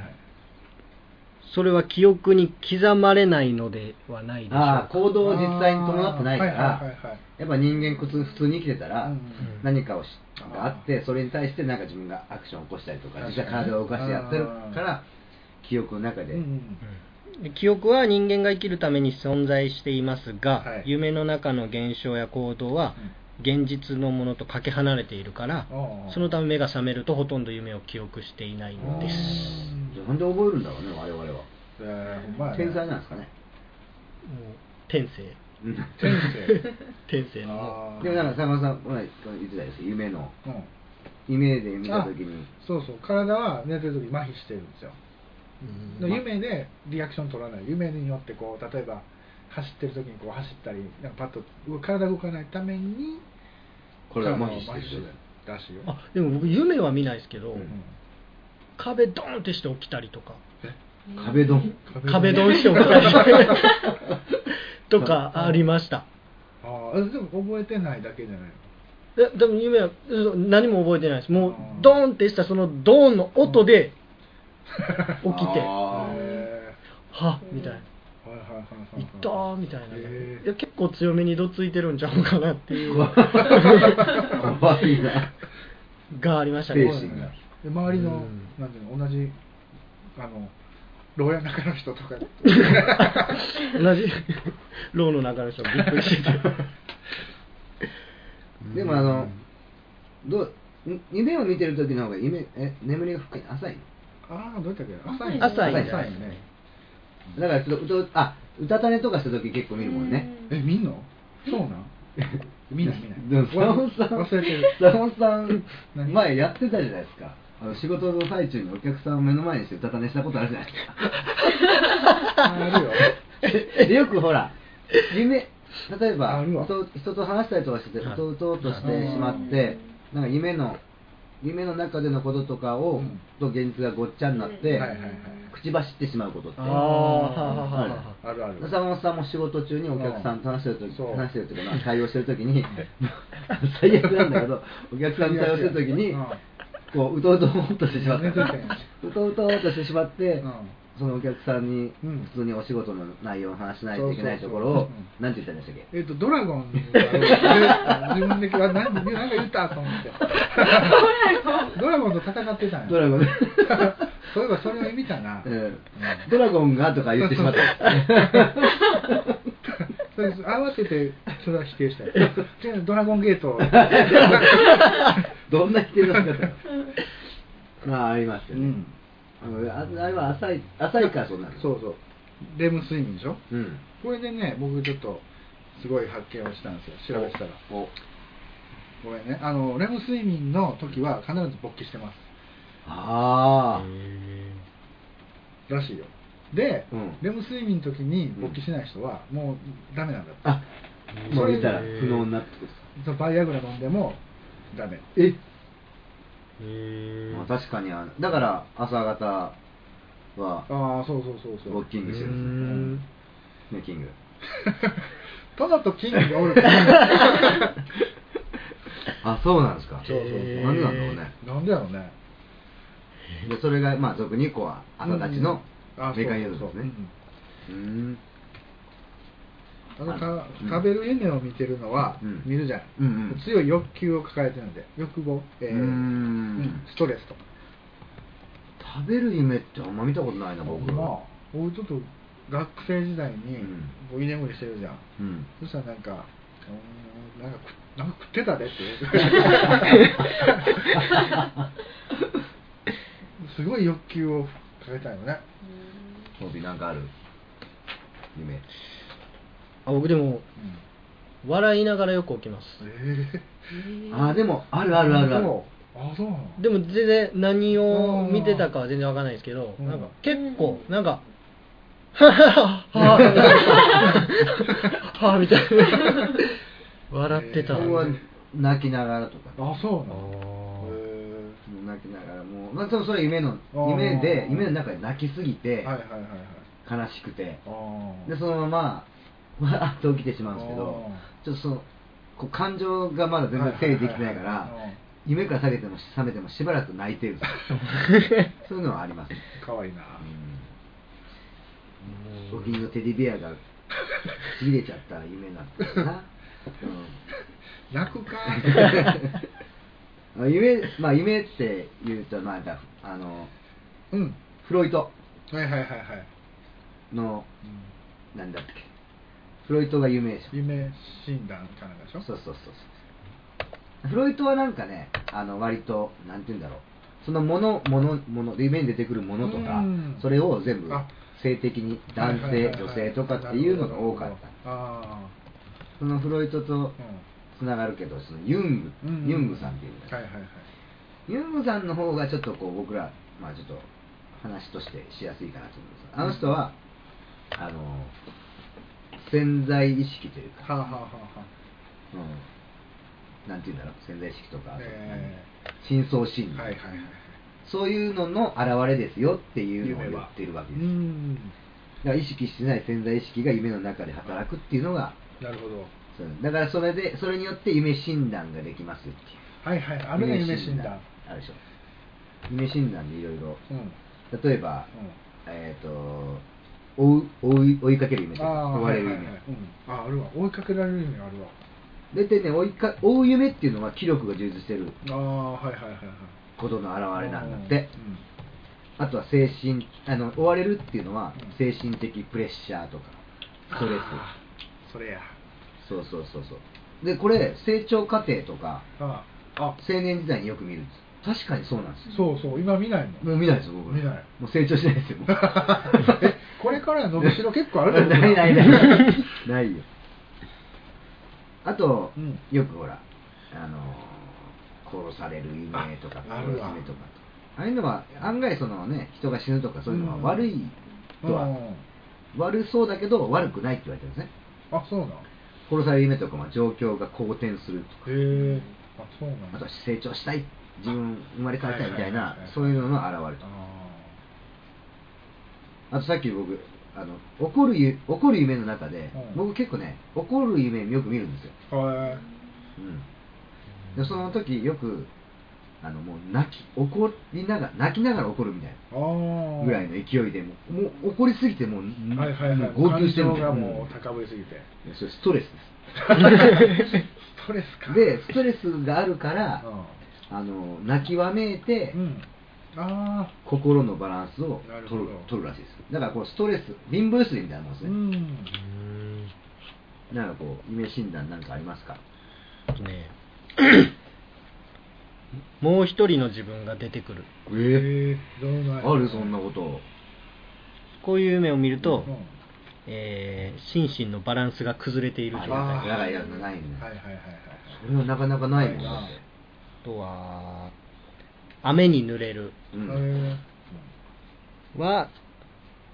Speaker 4: それは記憶に刻まれないのではないでしょう
Speaker 2: ああ
Speaker 4: か
Speaker 2: 行動を実際に伴ってないから、
Speaker 3: あーはいはいはいはい
Speaker 2: やっぱ人間普通普通に生きてたら、
Speaker 3: うん
Speaker 2: 何かをしがあってそれに対してなんか自分がアクションを起こしたりとか
Speaker 3: 確
Speaker 2: 実
Speaker 3: かに
Speaker 2: は体を動かしてやってるから記憶の中で、
Speaker 3: うんうん
Speaker 4: うんで記憶は人間が生きるために存在していますが、
Speaker 3: はい
Speaker 4: 夢の中の現象や行動は現実のものとかけ離れているから、
Speaker 3: うん
Speaker 4: そのため目が覚めるとほとんど夢を記憶していないのです、
Speaker 2: じゃあなんで覚えるんだろうね我々は、
Speaker 3: えーほんまやね
Speaker 2: 天才なんですかね、
Speaker 4: もう天性
Speaker 2: うん
Speaker 3: 天 性
Speaker 4: 天性のも
Speaker 3: あー
Speaker 2: でもなんか坂本さんこの前言ってたですよ夢の
Speaker 3: うん
Speaker 2: 夢で見た時に
Speaker 3: あそうそう体は寝てる時麻痺してるんですよ
Speaker 4: ううん
Speaker 3: で夢でリアクション取らない夢によってこう例えば走ってる時にこう走ったりなんかパッと動体動かないために
Speaker 2: これが麻痺して
Speaker 3: 体を麻
Speaker 2: る
Speaker 3: 痺してるらしいよ
Speaker 4: あでも僕夢は見ないですけど、
Speaker 2: うん
Speaker 4: 壁ドンってして起きたりとか
Speaker 2: 壁ドン
Speaker 3: うん
Speaker 4: 壁ドンして起きたり とかありました
Speaker 3: ああでも覚えてないだけじゃないの
Speaker 4: ででも夢はうん何も覚えてないですもう
Speaker 3: うん
Speaker 4: ドーンってしたそのドーンの音で起きては
Speaker 2: あー
Speaker 3: へ
Speaker 4: っみたい
Speaker 3: ー
Speaker 4: な
Speaker 3: はいはいはい
Speaker 4: 「
Speaker 3: はい
Speaker 4: いったー」みたいな
Speaker 3: へ
Speaker 4: い
Speaker 3: ー
Speaker 4: や結構強めにどついてるんちゃうかなっていう
Speaker 2: 怖いな
Speaker 4: がありました
Speaker 2: 精
Speaker 4: ね
Speaker 2: 神が
Speaker 3: で周りの、
Speaker 4: うん
Speaker 3: なんていうの同じあの牢屋の中の人とか
Speaker 4: 同じ 牢の中の人がびっくりしてて
Speaker 2: でもあのどうん夢を見てる時の方が夢え眠りが深い浅いの
Speaker 3: ああどうやったっけ浅いね
Speaker 4: 浅い
Speaker 2: ね
Speaker 3: 浅いね
Speaker 2: だからちょっとうとあ歌た寝とかした時結構見るもんね
Speaker 3: え見んのそうなん見ない見ない
Speaker 2: でも坂本さん
Speaker 3: 忘れてる
Speaker 2: 坂本さん
Speaker 3: 何
Speaker 2: 前やってたじゃないですかあの仕事の最中にお客さんを目の前にして歌た寝したことあるじゃな いです
Speaker 3: あ
Speaker 2: か
Speaker 3: るよ
Speaker 2: でよくほら夢例えば
Speaker 3: あるわ
Speaker 2: うと人と話したりとかしてて
Speaker 4: はいう
Speaker 2: とうとうとしてしまっ
Speaker 5: はい
Speaker 2: てなんか夢の夢の中でのこととかを、
Speaker 3: うん
Speaker 2: と現実がごっちゃになって、
Speaker 3: はいはいはい
Speaker 2: 口走ってしまうことって
Speaker 4: あーはあはあはあはあ
Speaker 3: あるある
Speaker 2: 坂本さんも仕事中にお客さんと話してる時
Speaker 3: そう
Speaker 2: 話してるというかまあ対応してる時に 最悪なんだけどお客さんと対応してる時に
Speaker 3: うん
Speaker 2: こううとうとうとしてしまっ
Speaker 3: 寝てて
Speaker 2: てうとうとうとしてしまって、
Speaker 3: うん
Speaker 2: そのお客さんに
Speaker 3: うん
Speaker 2: 普通にお仕事の内容を話しないといけないところ
Speaker 3: そう
Speaker 2: を
Speaker 3: そうそうう
Speaker 2: 何て言ったんでしたっけ
Speaker 3: えっとドラゴンが自分で何なんか言ったと思 ってドラゴンと戦ってたんや
Speaker 2: ドラ ゴン
Speaker 3: そういえばそれを見たな、
Speaker 2: うんドラゴンがとか言ってし まった
Speaker 3: そうです慌ててそれは否定したよじゃあドラゴンゲート を
Speaker 2: どんな否定の仕方よまあありますよね、
Speaker 3: うん
Speaker 2: あのああれは浅い浅いからそうなる
Speaker 3: そうそうレム睡眠でしょ
Speaker 2: うん
Speaker 3: これでね僕ちょっとすごい発見をしたんですよ調べてたら
Speaker 2: お
Speaker 3: ごめんねあのレム睡眠の時は必ず勃起してます
Speaker 2: ああ
Speaker 3: らしいよで、
Speaker 2: うん
Speaker 3: レム睡眠の時に勃起しない人はもうダメなんだって、
Speaker 2: あもう見たら不能になってくる
Speaker 3: そのバイアグラ飲んでもダメ
Speaker 2: え
Speaker 4: へ
Speaker 2: まあ確かにあのだから朝方は
Speaker 3: ああそうそうそうそう
Speaker 2: ウォッキングしてるん
Speaker 4: ん
Speaker 2: ですねねキング
Speaker 3: トナとキングがお るから
Speaker 2: あそうなんですか
Speaker 3: そうそうそう
Speaker 2: なんでなんだろうね
Speaker 3: なんでやろうね
Speaker 2: でそれがまあ俗にこう朝立ちの
Speaker 3: うんあ
Speaker 2: メカニズム
Speaker 3: そ
Speaker 2: です
Speaker 3: うそうそうう
Speaker 2: ね
Speaker 3: ん
Speaker 2: うん
Speaker 3: あのた
Speaker 2: うん
Speaker 3: 食べる夢を見てるのは
Speaker 2: うん
Speaker 3: 見るじゃない、
Speaker 2: うんうん
Speaker 3: 強い欲求を抱えてるんで欲望、えー
Speaker 2: うーん
Speaker 3: うんストレスとか
Speaker 2: 食べる夢ってあんま見たことないな僕
Speaker 3: まあ俺ちょっと学生時代に
Speaker 2: うん
Speaker 3: 居眠りしてるじゃん、
Speaker 2: うん
Speaker 3: そしたらなんかうーんなんか食なんか食ってたでって すごい欲求を抱えたいのね
Speaker 2: 興味なんかある夢
Speaker 4: あ僕でも笑いながらよく起きます
Speaker 2: あーでもあるあるあるある
Speaker 3: そうあそうなの
Speaker 4: でも全然何を見てたかは全然わかんないですけど、
Speaker 3: うん
Speaker 4: なんか結構なんか「はははは」はぁみたいな笑ってた、
Speaker 2: 自分は泣きながらとか
Speaker 3: あそうな
Speaker 4: あ
Speaker 3: の
Speaker 4: ー
Speaker 3: へ
Speaker 2: もう泣きながらもう、まあ、でもそれは夢の
Speaker 3: あー
Speaker 2: 夢で夢の中で泣きすぎ
Speaker 3: え
Speaker 2: て
Speaker 3: はいはいはいはい
Speaker 2: 悲しくて
Speaker 3: あー
Speaker 2: でそのまま わーっと起きてしまうんですけど
Speaker 3: あ
Speaker 2: ちょっとそのこう感情がまだ全然整理できてないか
Speaker 3: はいはい
Speaker 2: ら
Speaker 3: はいはいうん
Speaker 2: 夢から下げても覚めてもしばらく泣い てるそういうのはあります、
Speaker 3: かわいいな
Speaker 2: うん、お気に入りのテディベアがちぎれちゃった夢になったかな、
Speaker 3: 泣くか
Speaker 2: うん、夢まあ夢って言うとまあだあの
Speaker 3: うん
Speaker 2: フロイト
Speaker 3: はいはいはいはい、
Speaker 2: の
Speaker 3: うん
Speaker 2: なんだっけフロイトが有名でしょ
Speaker 3: 夢診断かなんかでしょ
Speaker 2: そうそうそうそうフロイトはなんかねあの割となんて言うんだろうそのものものもの夢に出てくるものとか
Speaker 3: うん
Speaker 2: それを全部
Speaker 3: あ
Speaker 2: 性的に
Speaker 3: はい
Speaker 2: 男
Speaker 3: はいはいは
Speaker 2: 性
Speaker 3: い
Speaker 2: 女性とかっていうのが多かった
Speaker 3: あ
Speaker 2: そのフロイトと
Speaker 3: あ
Speaker 2: つながるけどそのユング、ユングさんっていうのが
Speaker 3: はいはいはい
Speaker 2: ユングさんの方がちょっとこう僕ら、まあ、ちょっと話としてしやすいかなと思いますあの人は、あの潜在意識というか、
Speaker 3: はあはあは
Speaker 2: うん、なんて言うんだろう潜在意識とか、
Speaker 3: あはあえ
Speaker 2: 深層心
Speaker 3: ー
Speaker 2: 理、
Speaker 3: はいはいはい
Speaker 2: そういうのの表れですよっていうのを言ってるわけ
Speaker 3: う
Speaker 2: ですだ
Speaker 3: ん
Speaker 2: から意識してない潜在意識が夢の中で働くっていうのが
Speaker 3: なるほど
Speaker 2: そうだからそれでそれによって夢診断ができますよっていう
Speaker 3: はいはいあるね夢診断
Speaker 2: あるでしょ夢診断でいろいろ
Speaker 3: うん
Speaker 2: 例えば、えっ、と追う追い追いかける夢
Speaker 3: うん
Speaker 2: とか
Speaker 3: あ
Speaker 2: 追
Speaker 3: あ
Speaker 2: わ
Speaker 3: はい
Speaker 2: れ
Speaker 3: はいは
Speaker 2: る夢、
Speaker 3: いうんああるわ追いかけられる夢あるわ
Speaker 2: 大体ね追いか追う夢っていうのは気力が充実してる
Speaker 3: ああはいはいはいはい
Speaker 2: ことの表れなんだって
Speaker 3: うん
Speaker 2: あとは精神あの追われるっていうのは
Speaker 3: うん
Speaker 2: 精神的プレッシャーとかストレ
Speaker 3: あーそれや
Speaker 2: スそうそうそうそうでこれ成長過程とか
Speaker 3: ああ
Speaker 2: 青年時代によく見るんです確かにそうなんですよ
Speaker 3: そうそう今見ないの
Speaker 2: もう見ないですよ僕
Speaker 3: 見ない
Speaker 2: もう成長しないですよもう
Speaker 3: え これからの伸びしろ結構あると思う
Speaker 2: ないないないないよあと、
Speaker 3: うん
Speaker 2: よくほらあのー殺される夢とか
Speaker 3: ああ
Speaker 2: 殺
Speaker 3: る
Speaker 2: す
Speaker 3: わ
Speaker 2: 夢とかああいうのは案外そのね人が死ぬとかそういうのは
Speaker 3: うん
Speaker 2: 悪いとは、
Speaker 3: うん
Speaker 2: 悪そうだけど悪くないって言われてるんですね
Speaker 3: あそうなんへ
Speaker 2: 殺される夢とかは状況が好転するとか
Speaker 3: えあそうなん
Speaker 2: あと
Speaker 3: だ
Speaker 2: は成長したい自分生まれ変わりたいみたい
Speaker 3: はい
Speaker 2: な
Speaker 3: はいはいはい
Speaker 2: そういうのの表れと
Speaker 3: あ
Speaker 2: あとさっき僕あの怒るゆ怒る夢の中で、
Speaker 3: うん
Speaker 2: 僕結構ね怒る夢よく見るんですよ
Speaker 3: ーはい
Speaker 2: でその時よくあのもう泣き怒りながら泣きながら怒るみたい
Speaker 3: あー
Speaker 2: なぐらいの勢いでもうもう怒りすぎてもう,、
Speaker 3: はいはいはい
Speaker 2: もう号泣して
Speaker 3: 感
Speaker 2: るみ
Speaker 3: 情
Speaker 2: たいな
Speaker 3: が
Speaker 2: う
Speaker 3: も
Speaker 2: ん
Speaker 3: う高ぶりすぎて
Speaker 2: いやそれストレスで
Speaker 3: ストレスか
Speaker 2: すでストレスがあるから
Speaker 3: うん
Speaker 2: あの泣きわめいて、
Speaker 3: うんあ
Speaker 2: 心のバランスを
Speaker 3: なるほ
Speaker 2: 取
Speaker 3: ど
Speaker 2: る取るらしいですだからこうストレス貧乏ゆすりみたいなもんです
Speaker 3: あう
Speaker 2: ね、
Speaker 3: ん
Speaker 2: なんかこう夢診断なんかありますか
Speaker 4: あとねもう一人の自分が出てくる
Speaker 2: え
Speaker 3: えーどうない
Speaker 2: あるそんなこと
Speaker 4: こういう夢を見ると、
Speaker 3: うん
Speaker 4: えー心身のバランスが崩れている
Speaker 2: あ
Speaker 4: 状
Speaker 2: り
Speaker 4: 態
Speaker 2: がたい
Speaker 4: あ
Speaker 2: 長いやつないんだ
Speaker 3: はいはいはいはい
Speaker 2: それはなかなかないもんだっ
Speaker 3: ないな
Speaker 2: て
Speaker 4: とは雨に濡れる
Speaker 2: うん
Speaker 3: へ
Speaker 4: は、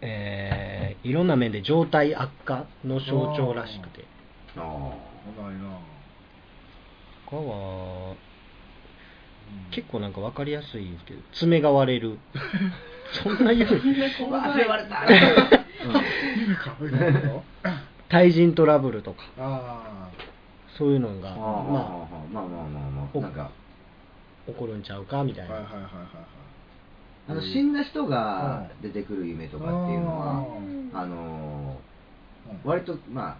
Speaker 4: えーいろんな面で状態悪化の象徴らしくて
Speaker 2: ああ
Speaker 3: ーないな
Speaker 4: 他は結構なんか分かりやすいんですけど爪が割れ るそんな夢
Speaker 5: 言われ た
Speaker 3: 夢か夢か夢か
Speaker 4: 対人トラブルとか
Speaker 3: あ
Speaker 4: そういうの
Speaker 2: あ
Speaker 4: が
Speaker 2: あ
Speaker 4: ま
Speaker 2: まあまあまあまあまあ
Speaker 4: お
Speaker 2: なんか
Speaker 4: あ起こるんちゃうかみ
Speaker 3: あ
Speaker 4: たい
Speaker 3: はいはいはいはい
Speaker 4: な
Speaker 3: はい
Speaker 2: あの死んだ人が出てくる夢とかっていうのは、
Speaker 5: うん
Speaker 2: あのー
Speaker 3: うん
Speaker 2: 割とまあ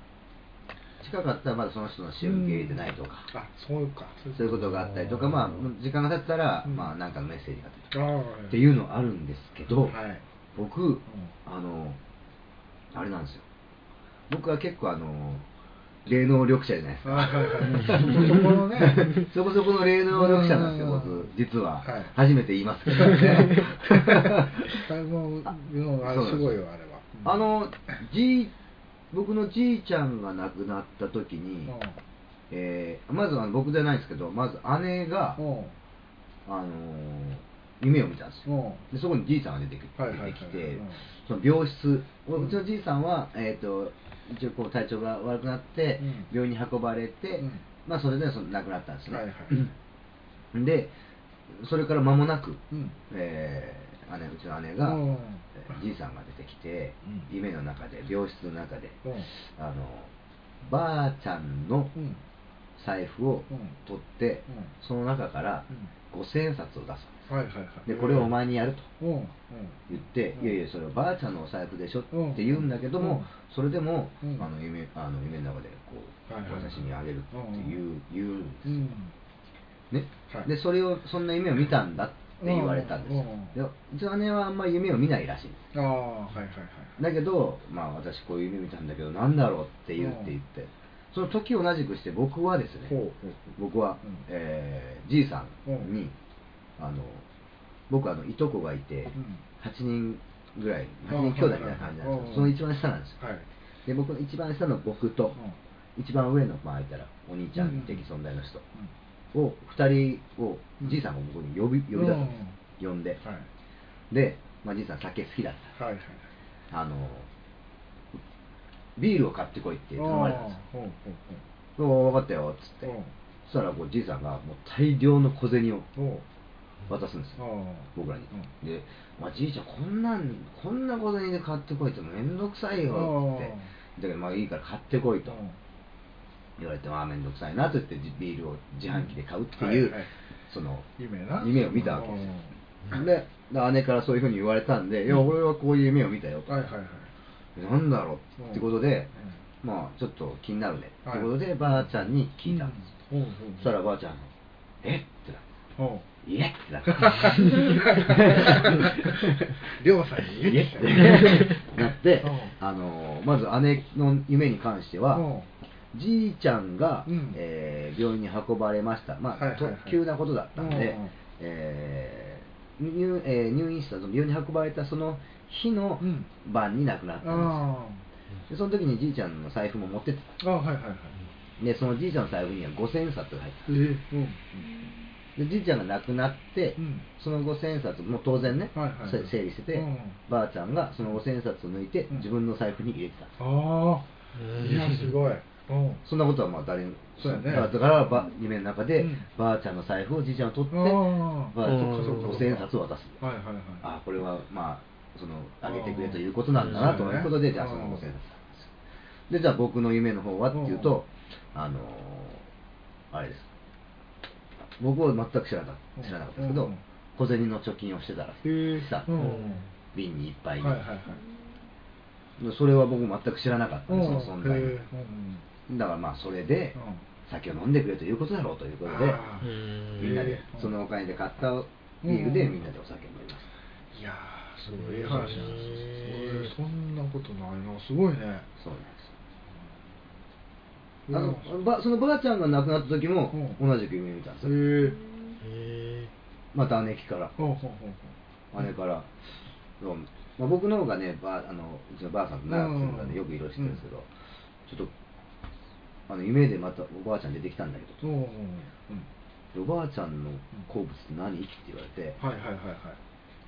Speaker 2: 近かったらまだその人の死を受け入れてないとか、
Speaker 3: あそういうか
Speaker 2: そういうことがあったりとか、まあ、時間が経ったら、
Speaker 3: うん
Speaker 2: まあ、なんかのメッセージがあったりとか
Speaker 3: あー
Speaker 2: っていうのあるんですけど、
Speaker 3: はい
Speaker 2: 僕、あの、あれなんですよ。僕は結構あの、霊能力者じゃないです
Speaker 3: あ
Speaker 2: か。
Speaker 3: はい はいそこのね
Speaker 2: そこそこの霊能力者なんですよ、
Speaker 3: う
Speaker 2: 僕
Speaker 3: ん、
Speaker 2: 実は
Speaker 3: はい。
Speaker 2: 初めて言いますけ どね。
Speaker 3: あのうんあれすごいよあれは
Speaker 2: あの、じい、僕のじいちゃんが亡くなった時
Speaker 3: うん
Speaker 2: に、えーまずは僕じゃないんですけど、まず姉が、あのー夢を見たんです
Speaker 3: うんう
Speaker 2: よ。
Speaker 3: ん
Speaker 2: でそこにじいさんが出てきて、
Speaker 3: はいはいはい
Speaker 2: 出てきて
Speaker 3: うん
Speaker 2: その病室、うちのじいさんは、えー、と一応こう体調が悪くなって、
Speaker 3: うん
Speaker 2: 病院に運ばれて、
Speaker 3: うん
Speaker 2: まあ、それでその亡くなったんですね。
Speaker 3: はいはい
Speaker 2: で、それから間もなく、
Speaker 3: うん
Speaker 2: えー姉うちの姉が、
Speaker 3: うん
Speaker 2: えーじいさんが出てきて、
Speaker 3: うん
Speaker 2: 夢の中で、病室の中で、
Speaker 3: うん
Speaker 2: あのばあちゃんの
Speaker 3: うん
Speaker 2: 財布を
Speaker 3: うん
Speaker 2: 取って、
Speaker 3: うん
Speaker 2: その中から
Speaker 3: う
Speaker 2: 五千円札を出すんです。
Speaker 3: はいはいはい
Speaker 2: で、これをお前にやると。
Speaker 3: うんうん
Speaker 2: 言って、
Speaker 3: うん
Speaker 2: いやいや、それはばあちゃんのお財布でしょっ
Speaker 3: うん
Speaker 2: て言うんだけど
Speaker 3: う
Speaker 2: も、
Speaker 3: ん
Speaker 2: それでも、
Speaker 3: うん
Speaker 2: あの夢あの夢の中でこう、
Speaker 3: はいはい
Speaker 2: 私にあげるっていう、言うんです
Speaker 3: う
Speaker 2: よ、
Speaker 3: ん
Speaker 2: ね
Speaker 3: はい
Speaker 2: でそれをそんな夢を見たんだって言われたんですよ、
Speaker 3: うん
Speaker 2: でうちの姉はあんまり夢を見ないらしいんで
Speaker 3: ああはいはいはい
Speaker 2: すだけど、まあ、私こういう夢見たんだけどなんだろうって言うって言って、その時を同じくして僕はですね、
Speaker 3: ほうほう
Speaker 2: 僕は、
Speaker 3: うん
Speaker 2: えーじいさん
Speaker 3: う
Speaker 2: に、
Speaker 3: ん
Speaker 2: あの僕あのいとこがいて、
Speaker 3: うん
Speaker 2: 8人ぐらい8
Speaker 3: うん
Speaker 2: 人兄弟みたいな感じなん
Speaker 3: う
Speaker 2: ですけ
Speaker 3: ん
Speaker 2: どその一番下なんですよ、
Speaker 3: はい
Speaker 2: で僕の一番下の僕と、一番上のまあ言ったらお兄ちゃん的存在の人を2人を、
Speaker 3: うん
Speaker 2: じいさんが僕に呼び呼び出すんです、呼んで、
Speaker 3: はい
Speaker 2: で、まあ、じいさん酒好きだっ
Speaker 3: はいはい
Speaker 2: たあのビールを買ってこいって頼まれたんですよ
Speaker 3: ほうほう
Speaker 2: おー分かったよっつって、
Speaker 3: うん
Speaker 2: そしたらこうじいさんがもう大量の小銭を
Speaker 3: ほうほう
Speaker 2: 渡すんです
Speaker 3: あ
Speaker 2: よ、
Speaker 3: ー
Speaker 2: 僕らに、
Speaker 3: う
Speaker 2: で、まあ、じいちゃんこんなんこんな小銭で買ってこいってめんどくさいよっつってだからまあいいから買ってこいと言われてまあめんどくさいなと言ってじビールを自販機で買うっていう、
Speaker 3: うんはいはい
Speaker 2: その
Speaker 3: 夢な
Speaker 2: 夢を見たわけですよでで姉からそういうふうに言われたんで、いや俺はこういう夢を見たよと、
Speaker 3: はいはいはい
Speaker 2: なんだろうってことで、
Speaker 3: うん
Speaker 2: まあちょっと気になるね、
Speaker 3: はい
Speaker 2: ってことでばあちゃんに聞いたんです、
Speaker 3: うんうん
Speaker 2: そしたらばあちゃんが「えっ?」ってなって
Speaker 3: ほ
Speaker 2: 「いえっ?」っ てなって
Speaker 3: うりょうさんに
Speaker 2: 「いえ
Speaker 3: 言
Speaker 2: っ?」
Speaker 3: っ
Speaker 2: っててなって
Speaker 3: う
Speaker 2: あのまず姉の夢に関しては、
Speaker 3: うん
Speaker 2: じいちゃんが、
Speaker 3: うん
Speaker 2: えー病院に運ばれました、まあ
Speaker 3: はいはいはい
Speaker 2: 特急なことだったんで、
Speaker 3: うん
Speaker 2: えー入えー入院したその病院に運ばれたその日の
Speaker 3: うん
Speaker 2: 晩に亡くなったんですよ、
Speaker 3: あ
Speaker 2: でその時にじいちゃんの財布も持ってって
Speaker 3: ーあはいはいはい
Speaker 2: たでそのじいちゃんの財布には5000冊が入って
Speaker 3: えーうん
Speaker 2: たでじいちゃんが亡くなって、
Speaker 3: うん
Speaker 2: その5000冊もう当然ね、
Speaker 3: はいはい
Speaker 2: せ整理してて、
Speaker 3: うん
Speaker 2: ばあちゃんがその5000冊を抜いて、
Speaker 3: うん
Speaker 2: 自分の財布に入れて
Speaker 3: あ
Speaker 2: た
Speaker 3: あいやすごいうん
Speaker 2: そんなことはまあ誰に
Speaker 3: そうやね
Speaker 2: だからば夢の中で、
Speaker 3: うん
Speaker 2: ばあちゃんの財布をじいちゃんが取って
Speaker 3: あー
Speaker 2: ばあちゃん
Speaker 4: うんそうか
Speaker 2: に
Speaker 4: そうか
Speaker 2: 5000冊を渡す
Speaker 3: はいはいはい
Speaker 2: ああこれはまあそのあげてくれということなんだなということで、
Speaker 3: うん
Speaker 2: じゃあその5000
Speaker 3: うん
Speaker 2: 冊なんですよでじゃあ僕の夢の方はっていうと、あのーあれです僕は全く知らなかった知らなかったですけど、
Speaker 3: うん
Speaker 2: 小銭の貯金をしてた
Speaker 3: へ
Speaker 2: ら
Speaker 3: ー
Speaker 2: さ、
Speaker 3: うん
Speaker 2: 瓶にいっぱいに、
Speaker 3: はいはいはい
Speaker 2: それは僕全く知らなかったんですよ、その存
Speaker 3: へ
Speaker 2: 在を
Speaker 3: ーうん
Speaker 2: だからまあそれで、
Speaker 3: うん
Speaker 2: 酒を飲んでくれということだろうということで
Speaker 3: あ
Speaker 4: う
Speaker 3: ー
Speaker 4: ん
Speaker 2: みんなで
Speaker 3: うん
Speaker 2: そのお金で買ったビールで
Speaker 3: うん
Speaker 2: みんなでお酒飲みました
Speaker 3: いやーすごいええ話なんですよえーそんなことないなすごいね
Speaker 2: そうなんです
Speaker 3: うん
Speaker 2: よあのあのばそのばあちゃんが亡くなった時も
Speaker 3: うん
Speaker 2: 同じく夢見たんです
Speaker 3: へえ
Speaker 2: よ
Speaker 4: へ
Speaker 2: また姉貴から
Speaker 3: ほうほうほう
Speaker 2: 姉から、うんまあ、僕の方がねばあのうちのばあさんと長く住んだん
Speaker 3: う
Speaker 2: で
Speaker 3: ん
Speaker 2: よく色々してるんですけど、ちょっとあの夢でまたおばあちゃん出てきたんだけど
Speaker 3: ほうほうほう
Speaker 2: でおばあちゃんの好物って何って言われて、
Speaker 3: うんはいはいはいはい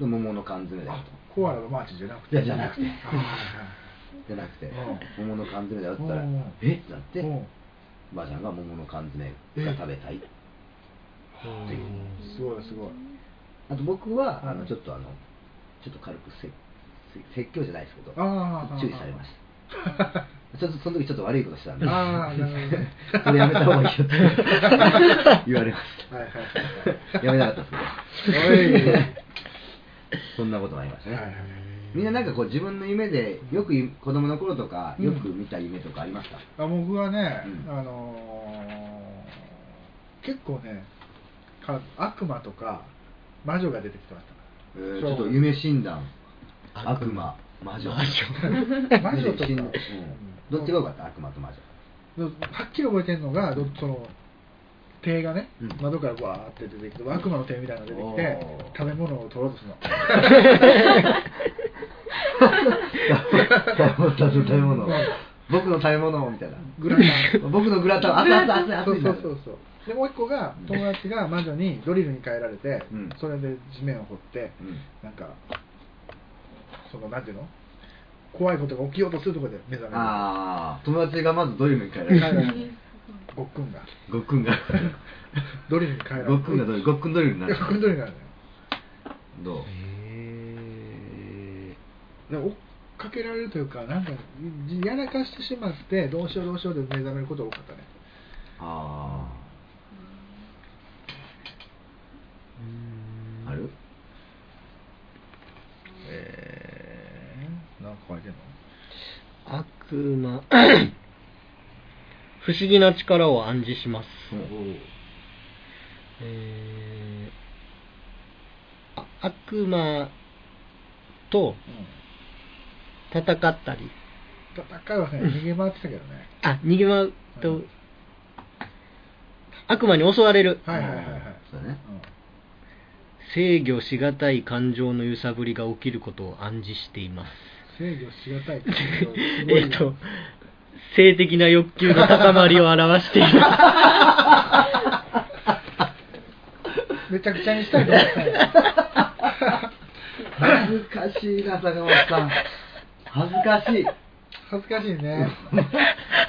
Speaker 2: で桃の缶詰だよ
Speaker 3: あ
Speaker 2: と
Speaker 3: コアラのマーチじゃなく
Speaker 2: いや
Speaker 3: て
Speaker 2: じゃなくて
Speaker 3: あー
Speaker 2: じゃなくて
Speaker 3: う
Speaker 2: 桃の缶詰だよって言ったら
Speaker 3: うん
Speaker 2: 「えっ?」てなって
Speaker 3: うん
Speaker 2: ばあちゃんが桃の缶詰が食べたい
Speaker 4: え
Speaker 3: すごいすご い
Speaker 2: あと僕は、
Speaker 3: うん
Speaker 2: あのちょっとあのちょっと軽くせせ説教じゃないですけど
Speaker 3: あー
Speaker 2: 注意されましたちょっとその時ちょっと悪いことしたんで
Speaker 3: あーなるほどね
Speaker 2: それやめた方がいいよって 言われま
Speaker 3: はいは
Speaker 2: し
Speaker 3: いはいはい
Speaker 2: たやめなかったですけど
Speaker 3: おい
Speaker 2: そんなこともありましたね、
Speaker 3: はいはいはい
Speaker 2: みんななんかこう自分の夢でよくい子供の頃とかよく見た夢とかありました、
Speaker 3: あ僕はね、
Speaker 2: うん
Speaker 3: あのー結構ねか悪魔とか魔女が出てきてまし
Speaker 2: えーちょっと夢診断悪魔魔女
Speaker 4: 魔女
Speaker 3: た魔女とか、
Speaker 2: 診断うん
Speaker 3: うん
Speaker 2: どっちが良かった悪魔と魔女
Speaker 3: はっきり覚えてるのがどその手がね、
Speaker 2: うん
Speaker 3: 窓からわーって出てきて悪魔の手みたいなのが出てきて
Speaker 2: おー
Speaker 3: 食べ物を取ろうとす るの
Speaker 2: 食べ物を僕の食べ物をみたいな
Speaker 3: グラタン
Speaker 2: 僕のグラタン熱い熱い熱
Speaker 3: そ
Speaker 2: いう熱い
Speaker 3: そうそうそうでもう一個が
Speaker 2: うん
Speaker 3: 友達が魔女にドリルに変えられて、
Speaker 2: うん
Speaker 3: それで地面を掘って、
Speaker 2: うん
Speaker 3: なんかそのなんていうの怖いことが起きようとするところで目覚める
Speaker 2: ああ友達がまずドリルに変えられる
Speaker 3: ごっくんが
Speaker 2: ごっくんが
Speaker 3: ドリルに変えられて
Speaker 2: ごっくんがドリルごっくんドリルにな
Speaker 3: ご
Speaker 2: る
Speaker 3: っくん ドリルになるのよ
Speaker 2: どう
Speaker 4: へ
Speaker 3: で追っかけられるというかなんかやらかしてしまってどうしようどうしようで目覚めることが多かったね
Speaker 2: ああある
Speaker 3: ええなんか書いてんの
Speaker 4: ー悪魔 不思議な力を暗示します、えーあ悪魔と戦ったり
Speaker 3: 戦いはね逃げ回ってたけどね
Speaker 4: あ逃げ回うと、
Speaker 3: うん
Speaker 4: 悪魔に襲われる、
Speaker 3: はいはいはいはい
Speaker 2: そうだね
Speaker 4: 制御しがたい感情の揺さぶりが起きることを暗示しています
Speaker 3: うん制御しがた い
Speaker 4: えっと性的な欲求の高まりを表しています
Speaker 3: めちゃくちゃにしたいと思ったよ
Speaker 2: 恥ずかしいな坂本さん恥ずかしい
Speaker 3: 恥ずかしいね
Speaker 2: ね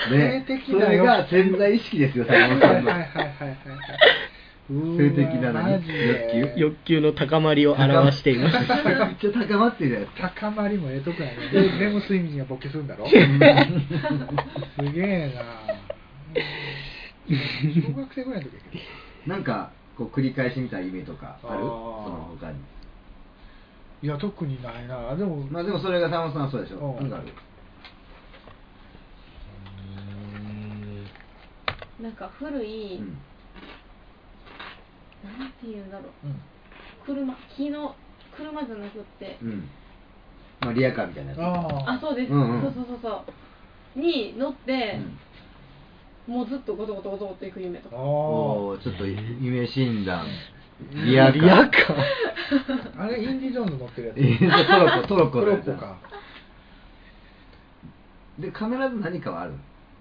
Speaker 3: 性的
Speaker 2: そ
Speaker 3: な
Speaker 2: れが潜在意識ですよ坂本さんの
Speaker 3: はいはいはいはいはいうーわ
Speaker 2: 性的な何
Speaker 3: マジで
Speaker 2: 欲求
Speaker 4: 欲求の高まりを表しています
Speaker 2: めっちゃ高まってるじゃないですか
Speaker 3: 高まりもええとこやねで レム睡眠が勃起するんだろすげえな小学生ぐらいの時やけど
Speaker 2: なんかこう繰り返しみたいな夢とかある
Speaker 3: あー
Speaker 2: その他に
Speaker 3: いや特にないなでも、
Speaker 2: まあでもそれが坂本さんはそうでしょ
Speaker 3: う
Speaker 2: なん
Speaker 3: ん
Speaker 2: かある
Speaker 5: なんか古
Speaker 2: う
Speaker 5: い、
Speaker 2: ん
Speaker 5: なんていうんだろう
Speaker 3: うん
Speaker 5: 車木の車じゃなくって、
Speaker 2: うんまあリアカーみたいなやつ
Speaker 3: あ
Speaker 5: あそうです、
Speaker 2: うんうん
Speaker 5: そうそうそうそうに乗って、
Speaker 2: うん
Speaker 5: もうずっとゴトゴトゴトゴト行く夢とか
Speaker 3: あ
Speaker 2: おーちょっと夢診断リアカー
Speaker 4: リアカー
Speaker 3: あれインディ・ジョーンズ乗ってるやつ
Speaker 2: えートロッコトロッコ
Speaker 3: ト
Speaker 2: の
Speaker 3: ロ
Speaker 2: やつ
Speaker 3: ッコか、
Speaker 2: で必ず何かはある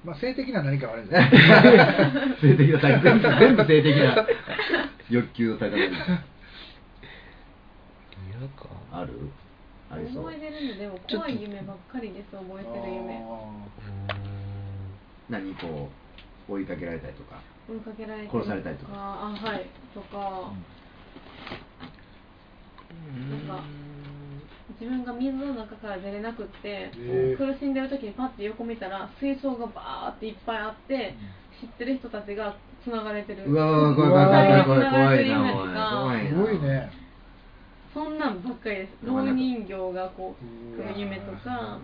Speaker 3: まあ、性的な何かはあるんじゃない
Speaker 2: 性的な全部全部性的な欲求を高めるあるありそう
Speaker 5: 覚えてるのでも
Speaker 4: ちょっ
Speaker 5: 怖
Speaker 4: と
Speaker 5: い夢ばっかりです覚え てる夢
Speaker 2: 何こう追いかけられたりとか
Speaker 5: 追いかけられて
Speaker 2: 殺されたりとか
Speaker 5: あーあはいとか、なんか自分が水の中から出れなくって、
Speaker 3: へー
Speaker 5: 苦しんでる時にパッて横見たら水槽がバーっていっぱいあって、知ってる人たちがつながれてる
Speaker 2: うわー怖い怖い怖い怖い怖いなおい怖
Speaker 5: はい
Speaker 3: す
Speaker 2: な
Speaker 3: ごいね
Speaker 5: そんなんばっかりです
Speaker 2: なか
Speaker 5: 老
Speaker 2: なか
Speaker 5: 人形がこう
Speaker 3: うわ
Speaker 5: 来る夢とか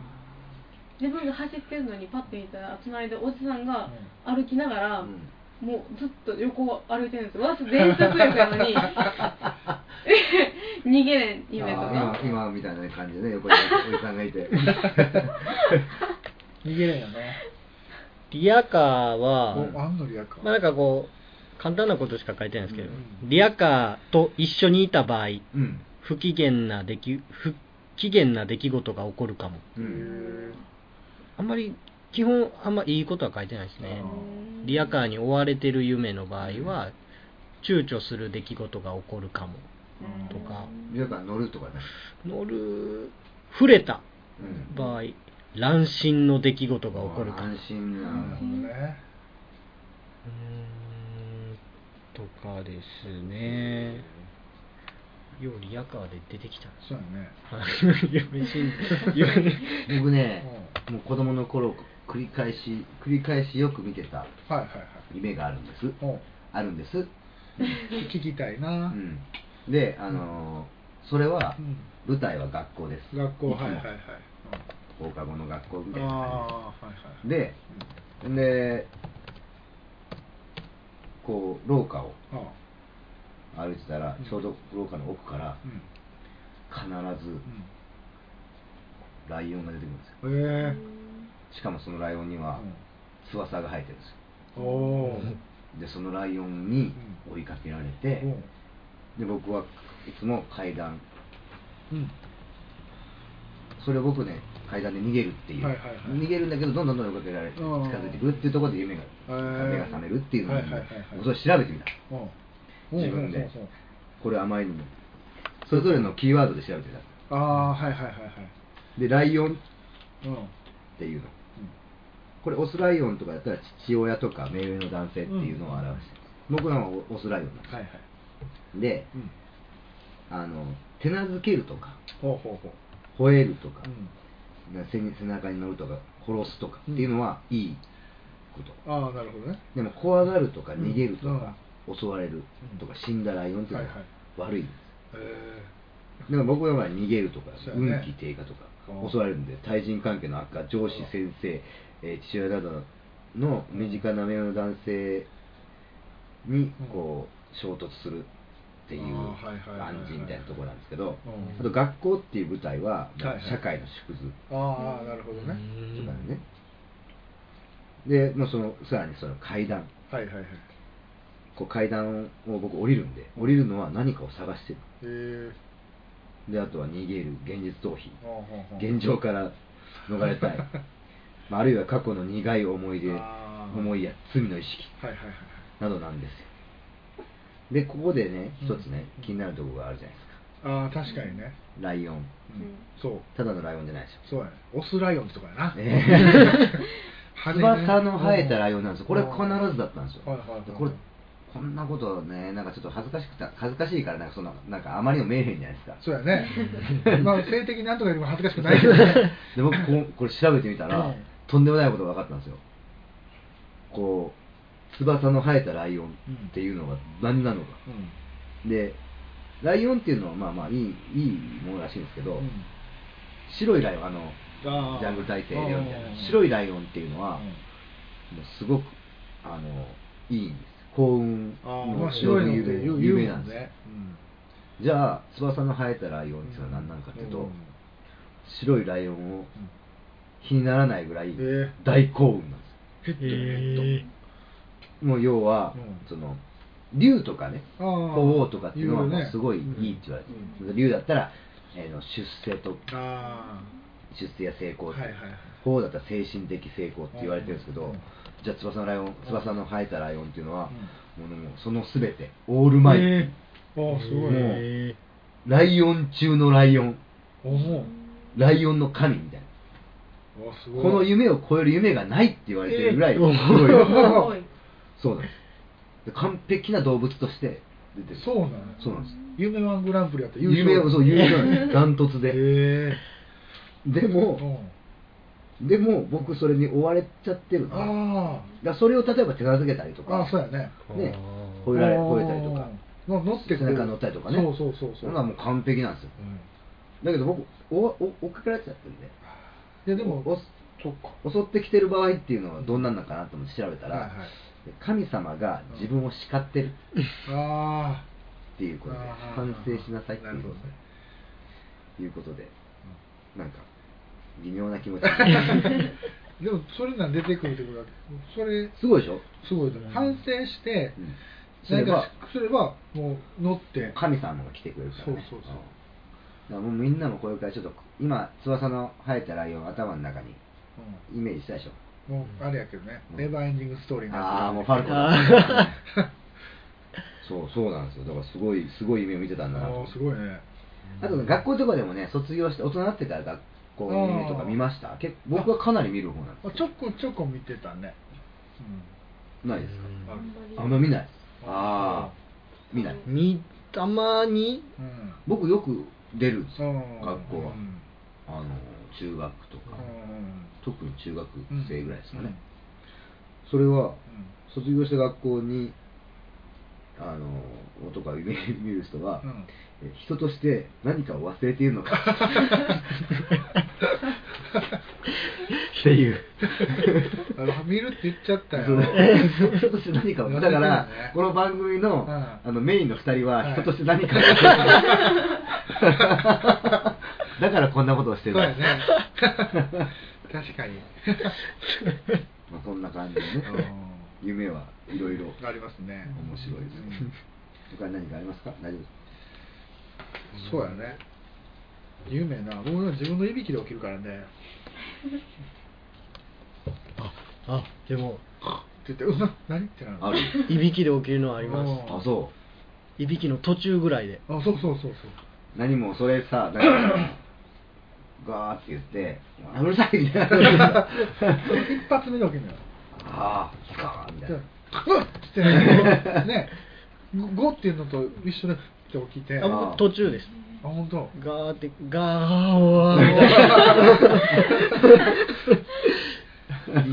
Speaker 5: 自分が走ってるのにパッて見たら隣でおじさんが歩きながら、
Speaker 2: うん
Speaker 5: もうずっと横を歩いてるんですよ私全速力やのに 逃げれん夢と
Speaker 2: あー
Speaker 5: か
Speaker 2: 今今みたいな感じでね横におじさんがい て
Speaker 3: 逃げれんよね
Speaker 4: リアカー
Speaker 3: お
Speaker 4: は、
Speaker 3: あんのリアか、
Speaker 4: まあなんかこう、簡単なことしか書いてないんですけど、
Speaker 3: うん
Speaker 4: リアカーと一緒にいた場合、
Speaker 2: うん
Speaker 4: 不機嫌な出来、不機嫌な出来事が起こるかも。
Speaker 2: うん
Speaker 4: あんまり、基本、あんまいいことは書いてないですね
Speaker 3: あ。
Speaker 5: ー
Speaker 4: リアカーに追われてる夢の場合は、躊躇する出来事が起こるかも。とか、
Speaker 2: 皆さん乗るとかね
Speaker 4: 乗る、触れた
Speaker 2: うん
Speaker 4: 場合、乱心の出来事が起こるかも。
Speaker 2: 安心な
Speaker 3: なるほどね
Speaker 4: うーんとかですね。ようリアカーで出てきたんです
Speaker 3: そうやね
Speaker 4: 夢シーン夢
Speaker 2: 僕ねもう子供の頃繰り返し繰り返しよく見てた
Speaker 3: はいはいはい
Speaker 2: 夢があるんです
Speaker 3: お
Speaker 2: あるんです
Speaker 3: 聞きたいな、
Speaker 2: うん、で、あのーそれは
Speaker 3: うん
Speaker 2: 舞台は学校です
Speaker 3: 学校
Speaker 2: いつも
Speaker 3: はいはいはい、
Speaker 2: 放課後の学校
Speaker 3: う
Speaker 2: み
Speaker 3: ん、
Speaker 2: たい
Speaker 3: あ
Speaker 2: な
Speaker 3: あ
Speaker 2: 感
Speaker 3: はいはい
Speaker 2: じでででこう廊下を
Speaker 3: ああ
Speaker 2: 歩いてたら
Speaker 3: うん
Speaker 2: ちょうど廊下の奥から
Speaker 3: うん
Speaker 2: 必ずライオンが出てくるんですよ
Speaker 3: うんえ
Speaker 2: しかもそのライオンに
Speaker 3: え
Speaker 2: は翼が生えてるんですよ
Speaker 3: うん、おお、
Speaker 2: でそのライオンに追いかけられて、
Speaker 3: うん
Speaker 2: で僕はいつも階段
Speaker 3: うん
Speaker 2: それを僕ね階段で逃げるっていう、
Speaker 3: はいはいはい
Speaker 2: 逃げるんだけどどんどんどん追いかけられ
Speaker 3: う
Speaker 2: て近
Speaker 3: ん
Speaker 2: づいてくるっていうところで夢が
Speaker 3: へー
Speaker 2: 目が覚めるっていうのを
Speaker 3: はいはいはいはい
Speaker 2: それを調べてみた
Speaker 3: うん
Speaker 2: 自分
Speaker 3: うんう
Speaker 2: で
Speaker 3: んうんうん
Speaker 2: これあまりにもそれぞれのキーワードで調べてた
Speaker 3: ああはいはいはいはい
Speaker 2: でライオンっ
Speaker 3: うん
Speaker 2: ていうのこれオスライオンとかだったら父親とか目上の男性っていうのを表してる、僕らはオスライオンなんです
Speaker 3: はいはい
Speaker 2: で
Speaker 3: うん
Speaker 2: あの手なずけるとか
Speaker 3: ほうほうほ
Speaker 2: 吠えるとか
Speaker 3: う、うん
Speaker 2: な背に背中に乗るとか殺すとかっていうのはいいこと、
Speaker 3: ああなるほどね
Speaker 2: でも怖がるとか逃げると
Speaker 3: うん
Speaker 2: か、襲われるとか死んだライオンとか
Speaker 3: はいはい
Speaker 2: 悪いんで
Speaker 3: へえ
Speaker 2: すだから僕らは逃げるとか、
Speaker 3: そうや
Speaker 2: 運
Speaker 3: ね
Speaker 2: 気低下とか
Speaker 3: うん
Speaker 2: 襲われるんで対人関係の悪化上司先生、えー父親などの身近な目の男性にこう衝突するっていう
Speaker 3: あーはいはいはいはい
Speaker 2: 暗示みたいなところなんですけど
Speaker 3: うん
Speaker 2: あと学校っていう舞台はまあ
Speaker 3: はいはい
Speaker 2: 社会の縮図
Speaker 3: ああなるほどね
Speaker 2: とかね、で、まあ、そのさらにその階段
Speaker 3: はいはいはいへ
Speaker 2: こう階段を僕降りるんで降りるのは何かを探して
Speaker 3: え
Speaker 2: るであとは逃げる現実逃避
Speaker 3: ほうほうほう
Speaker 2: 現状から逃れた いまああるいは過去の苦い思い出
Speaker 3: あー
Speaker 2: 思いや罪の意識
Speaker 3: はいはいはいはい
Speaker 2: などなんですよでここでね
Speaker 3: うん
Speaker 2: 一つね
Speaker 3: うん
Speaker 2: 気になるところがあるじゃないですか
Speaker 3: ああ確かにね
Speaker 2: ライオン
Speaker 3: うんそう
Speaker 2: ただのライオンじゃないです
Speaker 3: そうやねオスライオンとかやな
Speaker 2: よ
Speaker 3: 羽ね
Speaker 2: 翼の生えたライオンなんですよこれ必ずだったんですよ
Speaker 3: はいはいはい
Speaker 2: でこれこんなことねなんかちょっと恥ずかしくて恥ずかしいからなんかそんななんかあまりにも見えへんじゃないですか
Speaker 3: そうや ねまあ性的なんとかよりも恥ずかしくないけどね
Speaker 2: で僕こうこれ調べてみたら、
Speaker 3: うん
Speaker 2: とんでもないことが分かったんですよこう翼の生えたライオンっていうのが何なのか、
Speaker 3: うん
Speaker 2: でライオンっていうのはまあまあいいいいものらしいんですけど、
Speaker 3: うん
Speaker 2: 白いライオンあの
Speaker 3: あー
Speaker 2: ジャングル大帝レオンみたい
Speaker 3: うん
Speaker 2: な白いライオンっていうのは、
Speaker 3: うん
Speaker 2: もうすごくあのいいんです幸運
Speaker 3: あ
Speaker 2: の
Speaker 3: あ白いのって言う
Speaker 2: 有
Speaker 3: 有
Speaker 2: 名
Speaker 3: 名
Speaker 2: な
Speaker 3: なんん
Speaker 2: です
Speaker 3: で
Speaker 2: よ
Speaker 3: ねうん
Speaker 2: じゃあ翼の生えたライオンっていうのは何なのかっていうと、
Speaker 3: うん
Speaker 2: 白いライオンを
Speaker 3: うん
Speaker 2: 気にならないぐらい
Speaker 3: えー
Speaker 2: 大幸運なんです、
Speaker 3: ヘッド
Speaker 4: え
Speaker 2: もう要は、
Speaker 3: うん
Speaker 2: その竜とかね
Speaker 3: あー
Speaker 2: 鳳凰とかっていうのは
Speaker 3: 言うよね
Speaker 2: もうすごいいいって言われてる、竜だったら、えーの出世と
Speaker 3: あ
Speaker 2: 出世や成功って、
Speaker 3: はいはいはい
Speaker 2: 鳳凰だったら精神的成功って言われてるんですけど、
Speaker 3: うん
Speaker 2: じゃあ翼のライオン翼の生えたライオンっていうのは、
Speaker 3: う
Speaker 2: もうもうその全てオール
Speaker 3: あ
Speaker 2: マイティー
Speaker 3: えーああすごいね
Speaker 4: え
Speaker 2: ライオン中のライオン
Speaker 3: おお
Speaker 2: ライオンの神みたいな
Speaker 3: あすごい
Speaker 2: この夢を超える夢がないって言われてるぐらい
Speaker 4: え
Speaker 2: す
Speaker 4: ー
Speaker 2: ごい
Speaker 5: すごい。
Speaker 2: そうなんですで完璧な動物として出てる
Speaker 3: そうなの
Speaker 2: そうなんです
Speaker 3: 夢ワングランプリやったら
Speaker 2: 有名はそう有名なんですダントツ
Speaker 3: へ
Speaker 2: で
Speaker 3: え
Speaker 2: でもでも僕それに追われちゃってる
Speaker 3: うん
Speaker 2: からだか
Speaker 3: あ
Speaker 2: らそれを例えば手なずけたりと
Speaker 3: あああ
Speaker 2: か
Speaker 3: そうやね
Speaker 2: ね
Speaker 4: あー
Speaker 2: 吠えられ吠えたりとか
Speaker 3: あーの乗って
Speaker 2: 背
Speaker 3: くる
Speaker 2: 中乗ったりとかね
Speaker 3: そうそうそうそう
Speaker 2: のはもう完璧なんですよ
Speaker 3: うん
Speaker 2: だけど僕追わ追追っかけられちゃってるんで
Speaker 3: いやでも
Speaker 2: お
Speaker 3: そっか
Speaker 2: 襲ってきてる場合っていうのはどんなんのかなと思って調べたら、
Speaker 3: はいはい
Speaker 2: 神様が自分を叱ってる
Speaker 3: あ
Speaker 2: っていうことで
Speaker 3: あー
Speaker 2: 反省しなさいってい
Speaker 3: なる
Speaker 2: う
Speaker 3: ほどね
Speaker 2: いうことでなんか微妙な気 持ちに
Speaker 3: あでもそれなん出てくるってことだけどそれ
Speaker 2: すごいでしょ、
Speaker 3: すごいと思う反省して
Speaker 2: うんすれ
Speaker 3: 何
Speaker 2: ば
Speaker 3: かすればもう乗って
Speaker 2: 神様が来てくれるから、ね、
Speaker 3: そうそうそうん
Speaker 2: だからもうみんなもこれからいちょっと今翼の生えたライオン頭の中にイメージしたでし
Speaker 3: う
Speaker 2: ょ
Speaker 3: んもうあれやけどねネバーエンディングストーリーに
Speaker 2: あ
Speaker 3: な
Speaker 2: あ
Speaker 3: って
Speaker 2: もう
Speaker 3: る
Speaker 2: ファルコンだそうそうなんですよだからすごいすごい夢を見てたんだな と
Speaker 3: あーすごいね
Speaker 2: あとね学校とかでもね卒業して大人になってから学校の夢とか見ました結構僕はかなり見る方なんです
Speaker 3: あ
Speaker 2: よ
Speaker 3: ちょこちょこ見てたね
Speaker 2: ないですか
Speaker 3: うんある
Speaker 2: あんま見ない
Speaker 3: あ
Speaker 2: ああ見ない
Speaker 4: みたまに
Speaker 3: うん
Speaker 2: 僕よく出るんですよ
Speaker 3: うん
Speaker 2: 学校は
Speaker 3: うん
Speaker 2: あの中学とか
Speaker 3: うん
Speaker 2: 特に中学生ぐらいですか
Speaker 3: う
Speaker 2: ね
Speaker 3: ん
Speaker 2: それは卒業した学校にあのとかを 見る人は、
Speaker 3: うん
Speaker 2: え人として何かを忘れているのかっていう
Speaker 3: あの見るって言っちゃったよ
Speaker 2: そう 人として何かをだか
Speaker 3: な
Speaker 2: ら
Speaker 3: るほどね
Speaker 2: この番組の,、
Speaker 3: うん
Speaker 2: あのメインの2人
Speaker 3: は
Speaker 2: はい人として何かを忘れてる、 だからこんなことをして
Speaker 3: そう
Speaker 2: る、
Speaker 3: や ね確かに
Speaker 2: まあ、こんな感じでね夢はいろいろ
Speaker 3: ありますね
Speaker 2: 面白いですね
Speaker 3: うん
Speaker 2: 他に何かありますか大丈夫ですか
Speaker 3: そうやね有名な僕は自分のいびきで起きるからね
Speaker 4: ああでも
Speaker 3: って言って「うわ何?」ってなる
Speaker 2: ある
Speaker 4: いびきで起きるのはありま
Speaker 3: うん
Speaker 4: す
Speaker 2: あそ
Speaker 4: いびきの途中ぐらいで
Speaker 3: あそうそうそうそう
Speaker 2: う何もそれさ何 かガーって言って「うるさい」みたい な
Speaker 3: 一発目で起きるのよ
Speaker 2: ああ来たみたいな
Speaker 3: うわっってねねゴっていうのと一緒でって起きて
Speaker 4: あ
Speaker 3: あ
Speaker 4: もう途中です
Speaker 3: 本当
Speaker 4: ガーってガーワー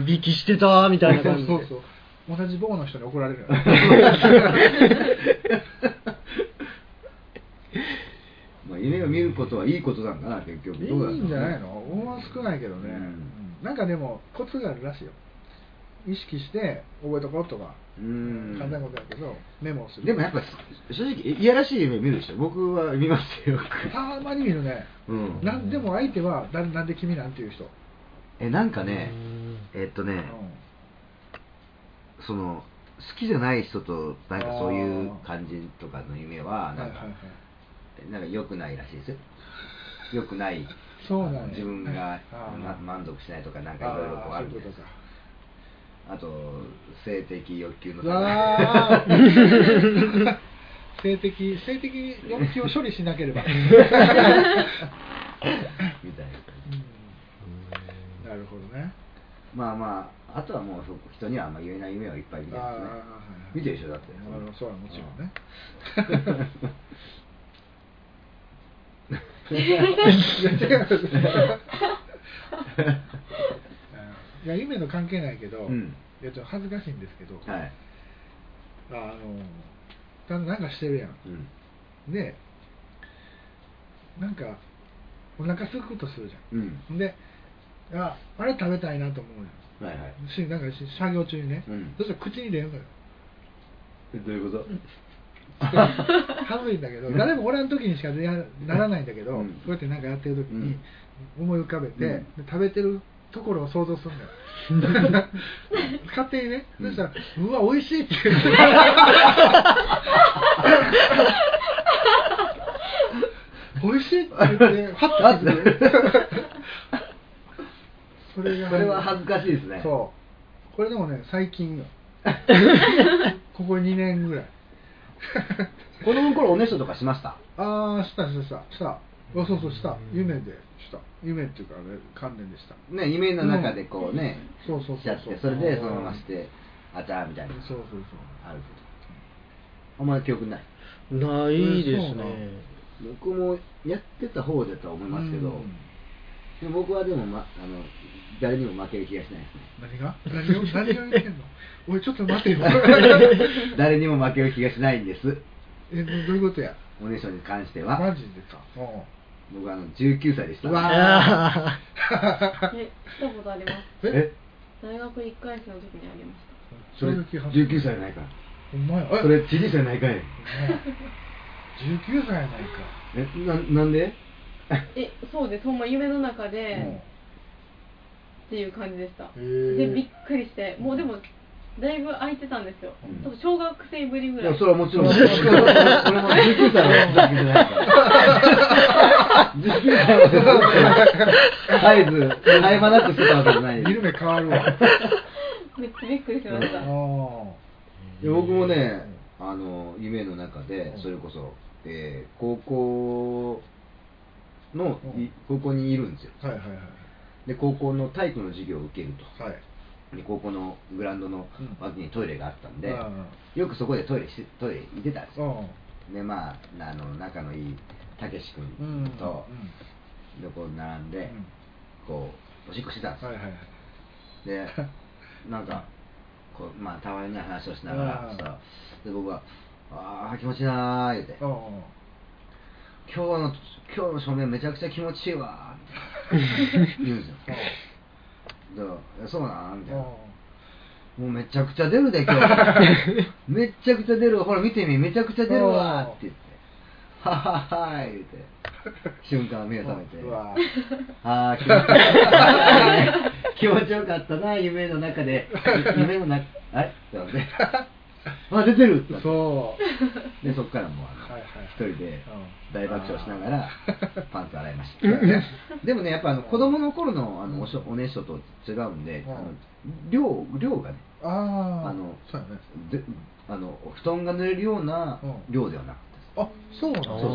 Speaker 4: いびきしてたーみたいな感じで
Speaker 3: そうそうそう同じ棒の人に怒られるよ
Speaker 2: まあ、夢を見ることはいいことなんだな結局
Speaker 3: い
Speaker 2: どうだろうね
Speaker 3: いんじゃないの俺は少ないけどね、
Speaker 2: うん
Speaker 3: うんなんかでもコツがあるらしいよ意識して覚えとこうとか
Speaker 2: う
Speaker 3: 簡単なこ
Speaker 2: ん
Speaker 3: とだけどメモをする
Speaker 2: でもやっぱ正直いやらしい夢見るでしょ僕は見ますよよ
Speaker 3: たまに見るね、
Speaker 2: く、うん、
Speaker 3: なんでも相手はななんで君なんていう人、
Speaker 2: えなんかね
Speaker 4: うん
Speaker 2: えっ
Speaker 3: う
Speaker 2: とね、その好きじゃない人となんかそういう感じとかの夢は
Speaker 3: はい
Speaker 2: な
Speaker 3: はい
Speaker 2: ん
Speaker 3: は
Speaker 2: か
Speaker 3: い
Speaker 2: なんか良くないらしいですよ良くない
Speaker 3: そうなんや
Speaker 2: あの自分が
Speaker 3: あー
Speaker 2: ま満足しないとかなんかいろいろこうあるみたいですあと性的欲求の
Speaker 3: う
Speaker 2: 高い
Speaker 3: わあ 性的性的欲求を処理しなけれ ば、うん
Speaker 2: みたいな
Speaker 3: なるほどね
Speaker 2: まあまああとはもう人にはあんま言えない夢をいっぱい見てますね
Speaker 3: あー
Speaker 2: 見てるでしょだって
Speaker 3: あのそうはもちろんねいや違ういや夢の関係ないけど、
Speaker 2: うん
Speaker 3: いやちょっと恥ずかしいんですけど、
Speaker 2: はい、
Speaker 3: あのだんだんなんかしてるやん、
Speaker 2: うん、
Speaker 3: でなんかお腹すくことするじゃん、
Speaker 2: うん
Speaker 3: でああれ食べたいなと思うよ
Speaker 2: はいはい
Speaker 3: しなんかし作業中にね、
Speaker 2: うん
Speaker 3: そしたら口に入れるのよ
Speaker 2: どういう こと
Speaker 3: 恥ずいんだけど誰もおらん時にしか出やならないんだけど、
Speaker 2: うん
Speaker 3: こうやってなんかやってる時
Speaker 2: う
Speaker 3: に
Speaker 2: ん
Speaker 3: 思い浮かべて、
Speaker 2: う
Speaker 3: で
Speaker 2: ん
Speaker 3: 食べてるところを想像するんだよ 勝手にね、
Speaker 2: うん
Speaker 3: そしたら「うわ美味しい」って言って 「美味しい」って言ってハッて気づくそれが
Speaker 2: それは恥ずかしいですね
Speaker 3: そうこれでもね最近よここ2年ぐらい
Speaker 2: 子供の頃おねしょとかしました
Speaker 3: ああしたしたしたしたあそうそうした夢でした夢っていうかあれ関連でした
Speaker 2: ね夢の中でこうね、
Speaker 3: そうそう
Speaker 2: しち
Speaker 3: そ
Speaker 2: ゃ
Speaker 3: う
Speaker 2: って
Speaker 3: そう
Speaker 2: それでそのまましてあちゃーみたいな
Speaker 3: そうそうそう
Speaker 2: あるけどあんまり記憶ない
Speaker 4: ないですね
Speaker 2: 僕もやってた方だとは思いますけど、
Speaker 3: うん
Speaker 2: でも僕はでも、ま、あの誰にも負ける気がしないですね
Speaker 3: 何が何 を何を言ってんのおいちょっと待てよ
Speaker 2: 誰にも負ける気がしないんです
Speaker 3: えどういうことや
Speaker 2: おねしょに関しては
Speaker 3: マジでか うん
Speaker 2: 僕あの19歳でした
Speaker 3: うわ
Speaker 4: あ
Speaker 5: え来たことあります
Speaker 2: え
Speaker 5: 大学一回生の時にありまし
Speaker 2: それ19歳じゃないか
Speaker 3: ほんまや
Speaker 2: らそれ知事じゃないかい
Speaker 3: 19歳やないか
Speaker 2: えななんで
Speaker 5: たえそうですほんま夢の中で、
Speaker 3: うん
Speaker 5: っていう感じでした
Speaker 3: へー
Speaker 5: でびっくりしてもうでもだいぶ空いてたんですよ、
Speaker 2: うん
Speaker 5: 多分小学生ぶりぐ
Speaker 2: い
Speaker 5: らい
Speaker 2: やそれはもちろん俺も19歳の時じゃないから19歳の時じゃないから絶えず絶え間なくしてたわけじゃない
Speaker 3: 見る目変わるわ
Speaker 5: めっちゃびっくりしまし
Speaker 3: あ
Speaker 5: た、
Speaker 3: ー
Speaker 2: いや僕もねあの夢の中でそれこそ、えー高校のい高校にいるんですよ
Speaker 3: はいはいはい
Speaker 2: で高校の体育の授業を受ける
Speaker 3: はい
Speaker 2: とで高校のグラウンドの脇にトイレがあったんで、
Speaker 3: うん
Speaker 2: よくそこでトイレしトイレ行ってたんです
Speaker 3: う
Speaker 2: よ、
Speaker 3: ん
Speaker 2: でまああの仲のいいたけし
Speaker 3: うん
Speaker 2: 君と、でこう並んで、
Speaker 3: うん
Speaker 2: こうおしっこしてたんですよ、
Speaker 3: はいはいはい
Speaker 2: でなんかこう、まあ、たわいない話をしながら
Speaker 3: うん
Speaker 2: さで僕はああ気持ちいいなー言うて
Speaker 3: う
Speaker 2: 今
Speaker 3: んうん
Speaker 2: 日の今日の照明めちゃくちゃ気持ちいいわーって言 うんですよだからそうなんみたいなもうめちゃくちゃ出るで今 日めっちゃくちゃ出るほら見てみめちゃくちゃ出るわーって言ってはははーい言うて瞬間目が覚めて
Speaker 3: う わ
Speaker 2: ああ、気持ちよかったな、夢の中で。夢の中、あれだ ね。あ、出てるってなって
Speaker 3: そう
Speaker 2: で、そこからもう、あの
Speaker 3: はいはいはい
Speaker 2: 一人
Speaker 3: うん
Speaker 2: で大爆笑しながら、パンツ洗いました。ね でもね、やっぱあの子供の頃のあのおしょおねしょと違うんで、
Speaker 3: うん
Speaker 2: あの量量がね、
Speaker 3: ああ
Speaker 2: あの
Speaker 3: そうやね
Speaker 2: であの布団が濡れるような
Speaker 3: うん
Speaker 2: 量ではなかったです。
Speaker 3: あそうなんだ
Speaker 4: そう
Speaker 2: そうそ
Speaker 4: そ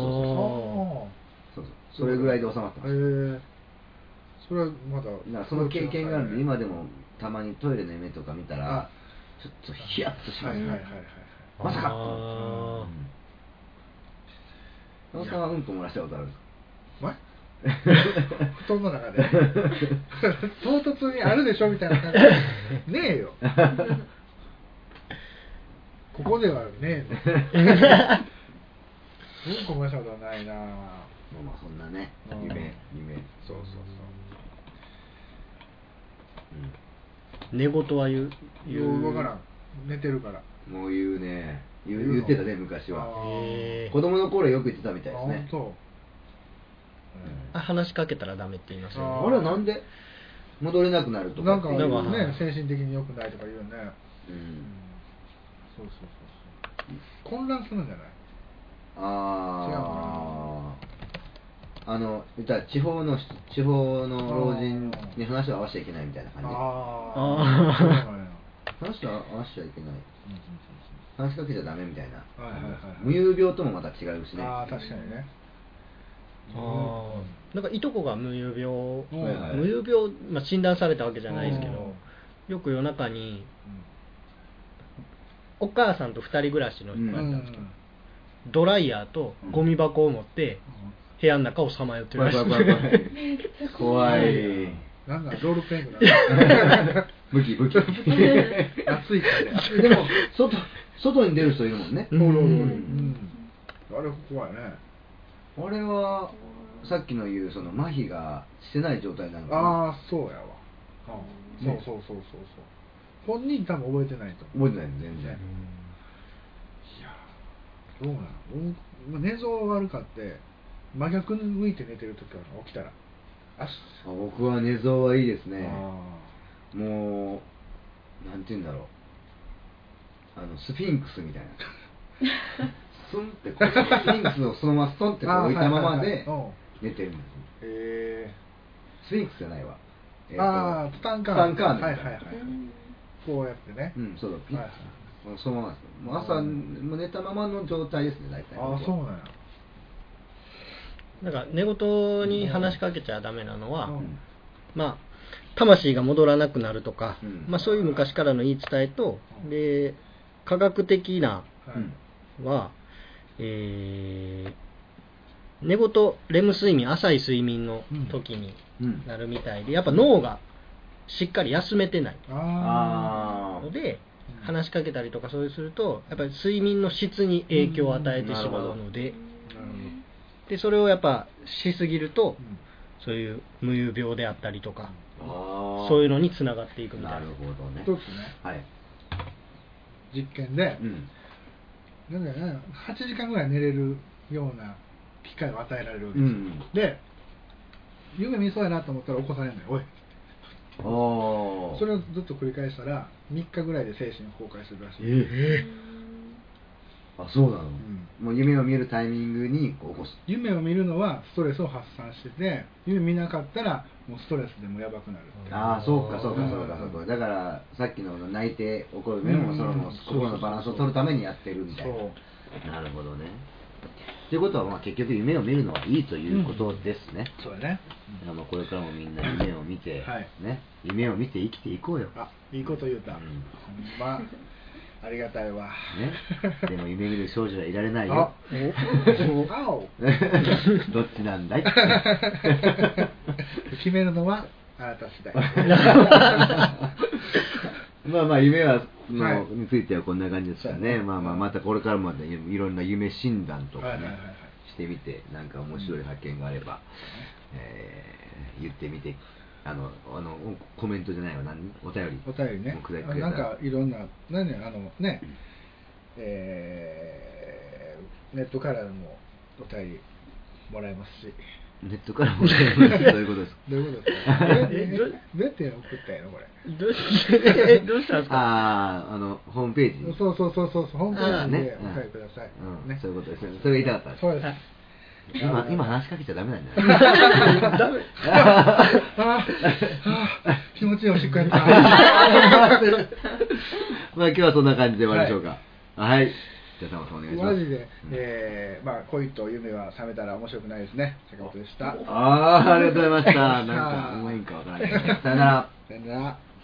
Speaker 2: うそうそれぐらいで収まってま
Speaker 3: へ
Speaker 2: した。
Speaker 3: えそれはまだ
Speaker 2: だからその経験があるんで、今でもたまにトイレの夢とか見たら
Speaker 3: あ、
Speaker 2: ちょっとヒヤッとしま
Speaker 3: は
Speaker 2: す
Speaker 3: いはいはいはい
Speaker 2: ね。まさかと思ってうん。佐野さんはうんこ漏らしたことあるんですか
Speaker 3: 前布団の中 で唐突にあるでしょみたいな感じねえよここではねえ のうんこ漏らしたことはないな
Speaker 2: まあまあそんなね、
Speaker 3: うん
Speaker 2: 夢、夢。うん
Speaker 3: そうそうそ
Speaker 4: 寝言は言う
Speaker 3: う
Speaker 4: 言
Speaker 3: よ
Speaker 4: う
Speaker 3: う分からん寝てるから
Speaker 2: もう言うね、言
Speaker 3: 言うの
Speaker 2: う言ってたね、昔
Speaker 3: あ
Speaker 2: は。
Speaker 4: へー
Speaker 2: 子供の頃よく言ってたみたい
Speaker 3: あ
Speaker 2: です
Speaker 3: 本
Speaker 2: ね。
Speaker 3: 当。
Speaker 4: あ話しかけたらダメって言います
Speaker 3: あ
Speaker 4: よ
Speaker 2: あれはなんで戻れなくなると
Speaker 3: な
Speaker 2: かっ
Speaker 3: ん
Speaker 2: て
Speaker 3: か
Speaker 2: いう。
Speaker 4: なんか
Speaker 3: ね精神的に良くないとか言うよね、
Speaker 2: う
Speaker 3: うん
Speaker 2: ん、
Speaker 3: そうそうそうそう混乱するんじゃない
Speaker 2: あああの言ったら地方の人地方の老人に話を合わせちゃいけないみたいな感じ
Speaker 3: ああそうなんや
Speaker 2: 話を合わせちゃいけな
Speaker 3: う
Speaker 2: い
Speaker 3: んうん
Speaker 2: 話しかけちゃダメみたいな、
Speaker 3: はいはいはいはい
Speaker 2: 無遊病ともまた違うし
Speaker 3: うん
Speaker 2: ね
Speaker 3: ああ確かにね
Speaker 4: あーなんかいとこが無遊病、
Speaker 2: はいはい
Speaker 4: 無遊病、まあ、診断されたわけじゃないですけど、よく夜中にお母さんと2人暮らしの人
Speaker 3: うん
Speaker 4: が
Speaker 3: う
Speaker 4: いた
Speaker 3: ん
Speaker 4: んですけど、ドライヤーとゴミ箱を持って部屋の中をさまよってる
Speaker 2: 怖
Speaker 4: ら
Speaker 2: い
Speaker 4: しい
Speaker 2: 怖い
Speaker 4: です
Speaker 2: 怖い怖い怖
Speaker 5: めっちゃ
Speaker 2: い
Speaker 3: なんだロールプレイングなんだ
Speaker 2: 武器武器
Speaker 3: 暑いから暑い
Speaker 2: でも外外に出る人いるもんね、
Speaker 4: うん
Speaker 3: うんあれ怖いね
Speaker 2: 俺はさっきの言うその麻痺がしてない状態なのかな
Speaker 3: ああそうやわうんそうそうそうそうそう本人多分覚えてないと思う
Speaker 2: 覚えてないの全然
Speaker 3: いやーどうなのうん寝相悪かって真逆に向いて寝てる時は起きたらあっ
Speaker 2: あ僕は寝相はいいですね
Speaker 3: あ
Speaker 2: もうなんて言うんだろうあのスフィンクスみたい なスンってこうスフィンクスをそのままストンってこう置いたまま
Speaker 3: あー
Speaker 2: で
Speaker 3: はいはいはいうん
Speaker 2: 寝てるんです
Speaker 3: ーへ
Speaker 2: スフィンクスじゃないわ、
Speaker 3: え
Speaker 2: えーと
Speaker 3: ああツタンカー
Speaker 2: ツタンカーメン
Speaker 3: はいはいはい
Speaker 5: うん
Speaker 3: こうやってね
Speaker 2: うんそうだピッ、
Speaker 3: はいはい
Speaker 2: そのままですもう朝、もう寝たままの状態ですね大体
Speaker 3: ああそうなんや
Speaker 4: なんか寝言に話しかけちゃダメなのは、
Speaker 3: うん
Speaker 4: まあ魂が戻らなくなるとか、
Speaker 2: うん
Speaker 4: まあ、そういう昔からの言い伝えと、で科学的な
Speaker 3: はい
Speaker 2: うん
Speaker 4: は、えー寝言レム睡眠浅い睡眠の時に
Speaker 2: うん
Speaker 4: なるみたいでやっぱ脳がしっかり休めてない
Speaker 3: あ
Speaker 2: あ
Speaker 4: ので
Speaker 3: うん
Speaker 4: 話しかけたりとかそういうするとやっぱり睡眠の質に影響を与えてしまうので
Speaker 3: あなるほど
Speaker 4: でそれをやっぱしすぎると
Speaker 3: うん
Speaker 4: そういう無遊病であったりとか
Speaker 2: あー
Speaker 4: そういうのにつながっていくみた
Speaker 2: ないる
Speaker 4: な
Speaker 2: ほどね
Speaker 3: 一つね
Speaker 2: はい
Speaker 3: 実験で
Speaker 2: うん
Speaker 3: なんだよね8時間ぐらい寝れるような機会を与えられるわけ
Speaker 2: う
Speaker 3: ですよ
Speaker 2: ん
Speaker 3: で夢見そうやなと思ったら起こされないおい
Speaker 2: おー
Speaker 3: それをずっと繰り返したら3日ぐらいで精神崩壊するらしい、
Speaker 2: ええあそうなの、
Speaker 3: ん
Speaker 2: もう夢を見るタイミングにこう起こす
Speaker 3: 夢を見るのはストレスを発散してて夢見なかったらもうストレスでもやばくなるって
Speaker 2: ああそうかそうか
Speaker 3: うん
Speaker 2: そうかそうかだからさっきの泣いて怒る目も
Speaker 3: うん
Speaker 2: そのもう
Speaker 3: そうそう
Speaker 2: 心のバランスを取るためにやってるみたい
Speaker 3: そ
Speaker 2: ななるほどねということはまあ結局夢を見るのはいいということですね、
Speaker 3: そうだね、
Speaker 2: だからまあこれからもみんな夢を見て、
Speaker 3: はい
Speaker 2: ね、夢を見て生きていこうよ、
Speaker 3: あいいこと言うた、
Speaker 2: うん
Speaker 3: ほんまありがたいわ
Speaker 2: ね、でも夢見る少女はいられないよ
Speaker 3: あお青
Speaker 2: どっちな んだい
Speaker 3: 決めるのはあなた次第
Speaker 2: まあまあ夢はの
Speaker 3: はい
Speaker 2: についてはこんな感じですから
Speaker 3: そう
Speaker 2: ね、
Speaker 3: やね
Speaker 2: まあまあまたこれからもねいろんな夢診断と
Speaker 3: は
Speaker 2: か
Speaker 3: い
Speaker 2: ね、
Speaker 3: はいはいはい
Speaker 2: してみてなんか面白い発見があれば、えー言ってみてあのあのコメントじゃないわ何お便り
Speaker 3: お便りね
Speaker 2: もうくだ
Speaker 3: あ
Speaker 2: くれた
Speaker 3: なん
Speaker 2: ら
Speaker 3: かいろんな何あのねえーネットからもお便りもらえますし
Speaker 2: ネットからもらえますそういうことです
Speaker 3: どういうことですかえ
Speaker 4: えどう
Speaker 3: どうやって送ったんやろこれ
Speaker 4: どうしえどうしたん ですか
Speaker 2: あああのホームページに
Speaker 3: そうそうそうそうそうホームページで
Speaker 2: あ
Speaker 3: お
Speaker 2: ーね
Speaker 3: 便りください、
Speaker 2: うん
Speaker 3: ね
Speaker 2: そういうことですねそれが言いたかった
Speaker 3: そうです
Speaker 2: 今今話しかけちゃダメなんじゃない
Speaker 4: ダメ
Speaker 3: あーあー気持ちいいおしっこや った
Speaker 2: まあ今日はそんな感じで終わりましょうか はい、じゃあ玉さんお願いしま
Speaker 3: マ
Speaker 2: す
Speaker 3: ジで、
Speaker 2: うん
Speaker 3: えーまあ恋と夢は覚めたら面白くないですね坂本でした
Speaker 2: ああありがとうございましたなんかうまいんかわからないけどさよなら
Speaker 3: さよなら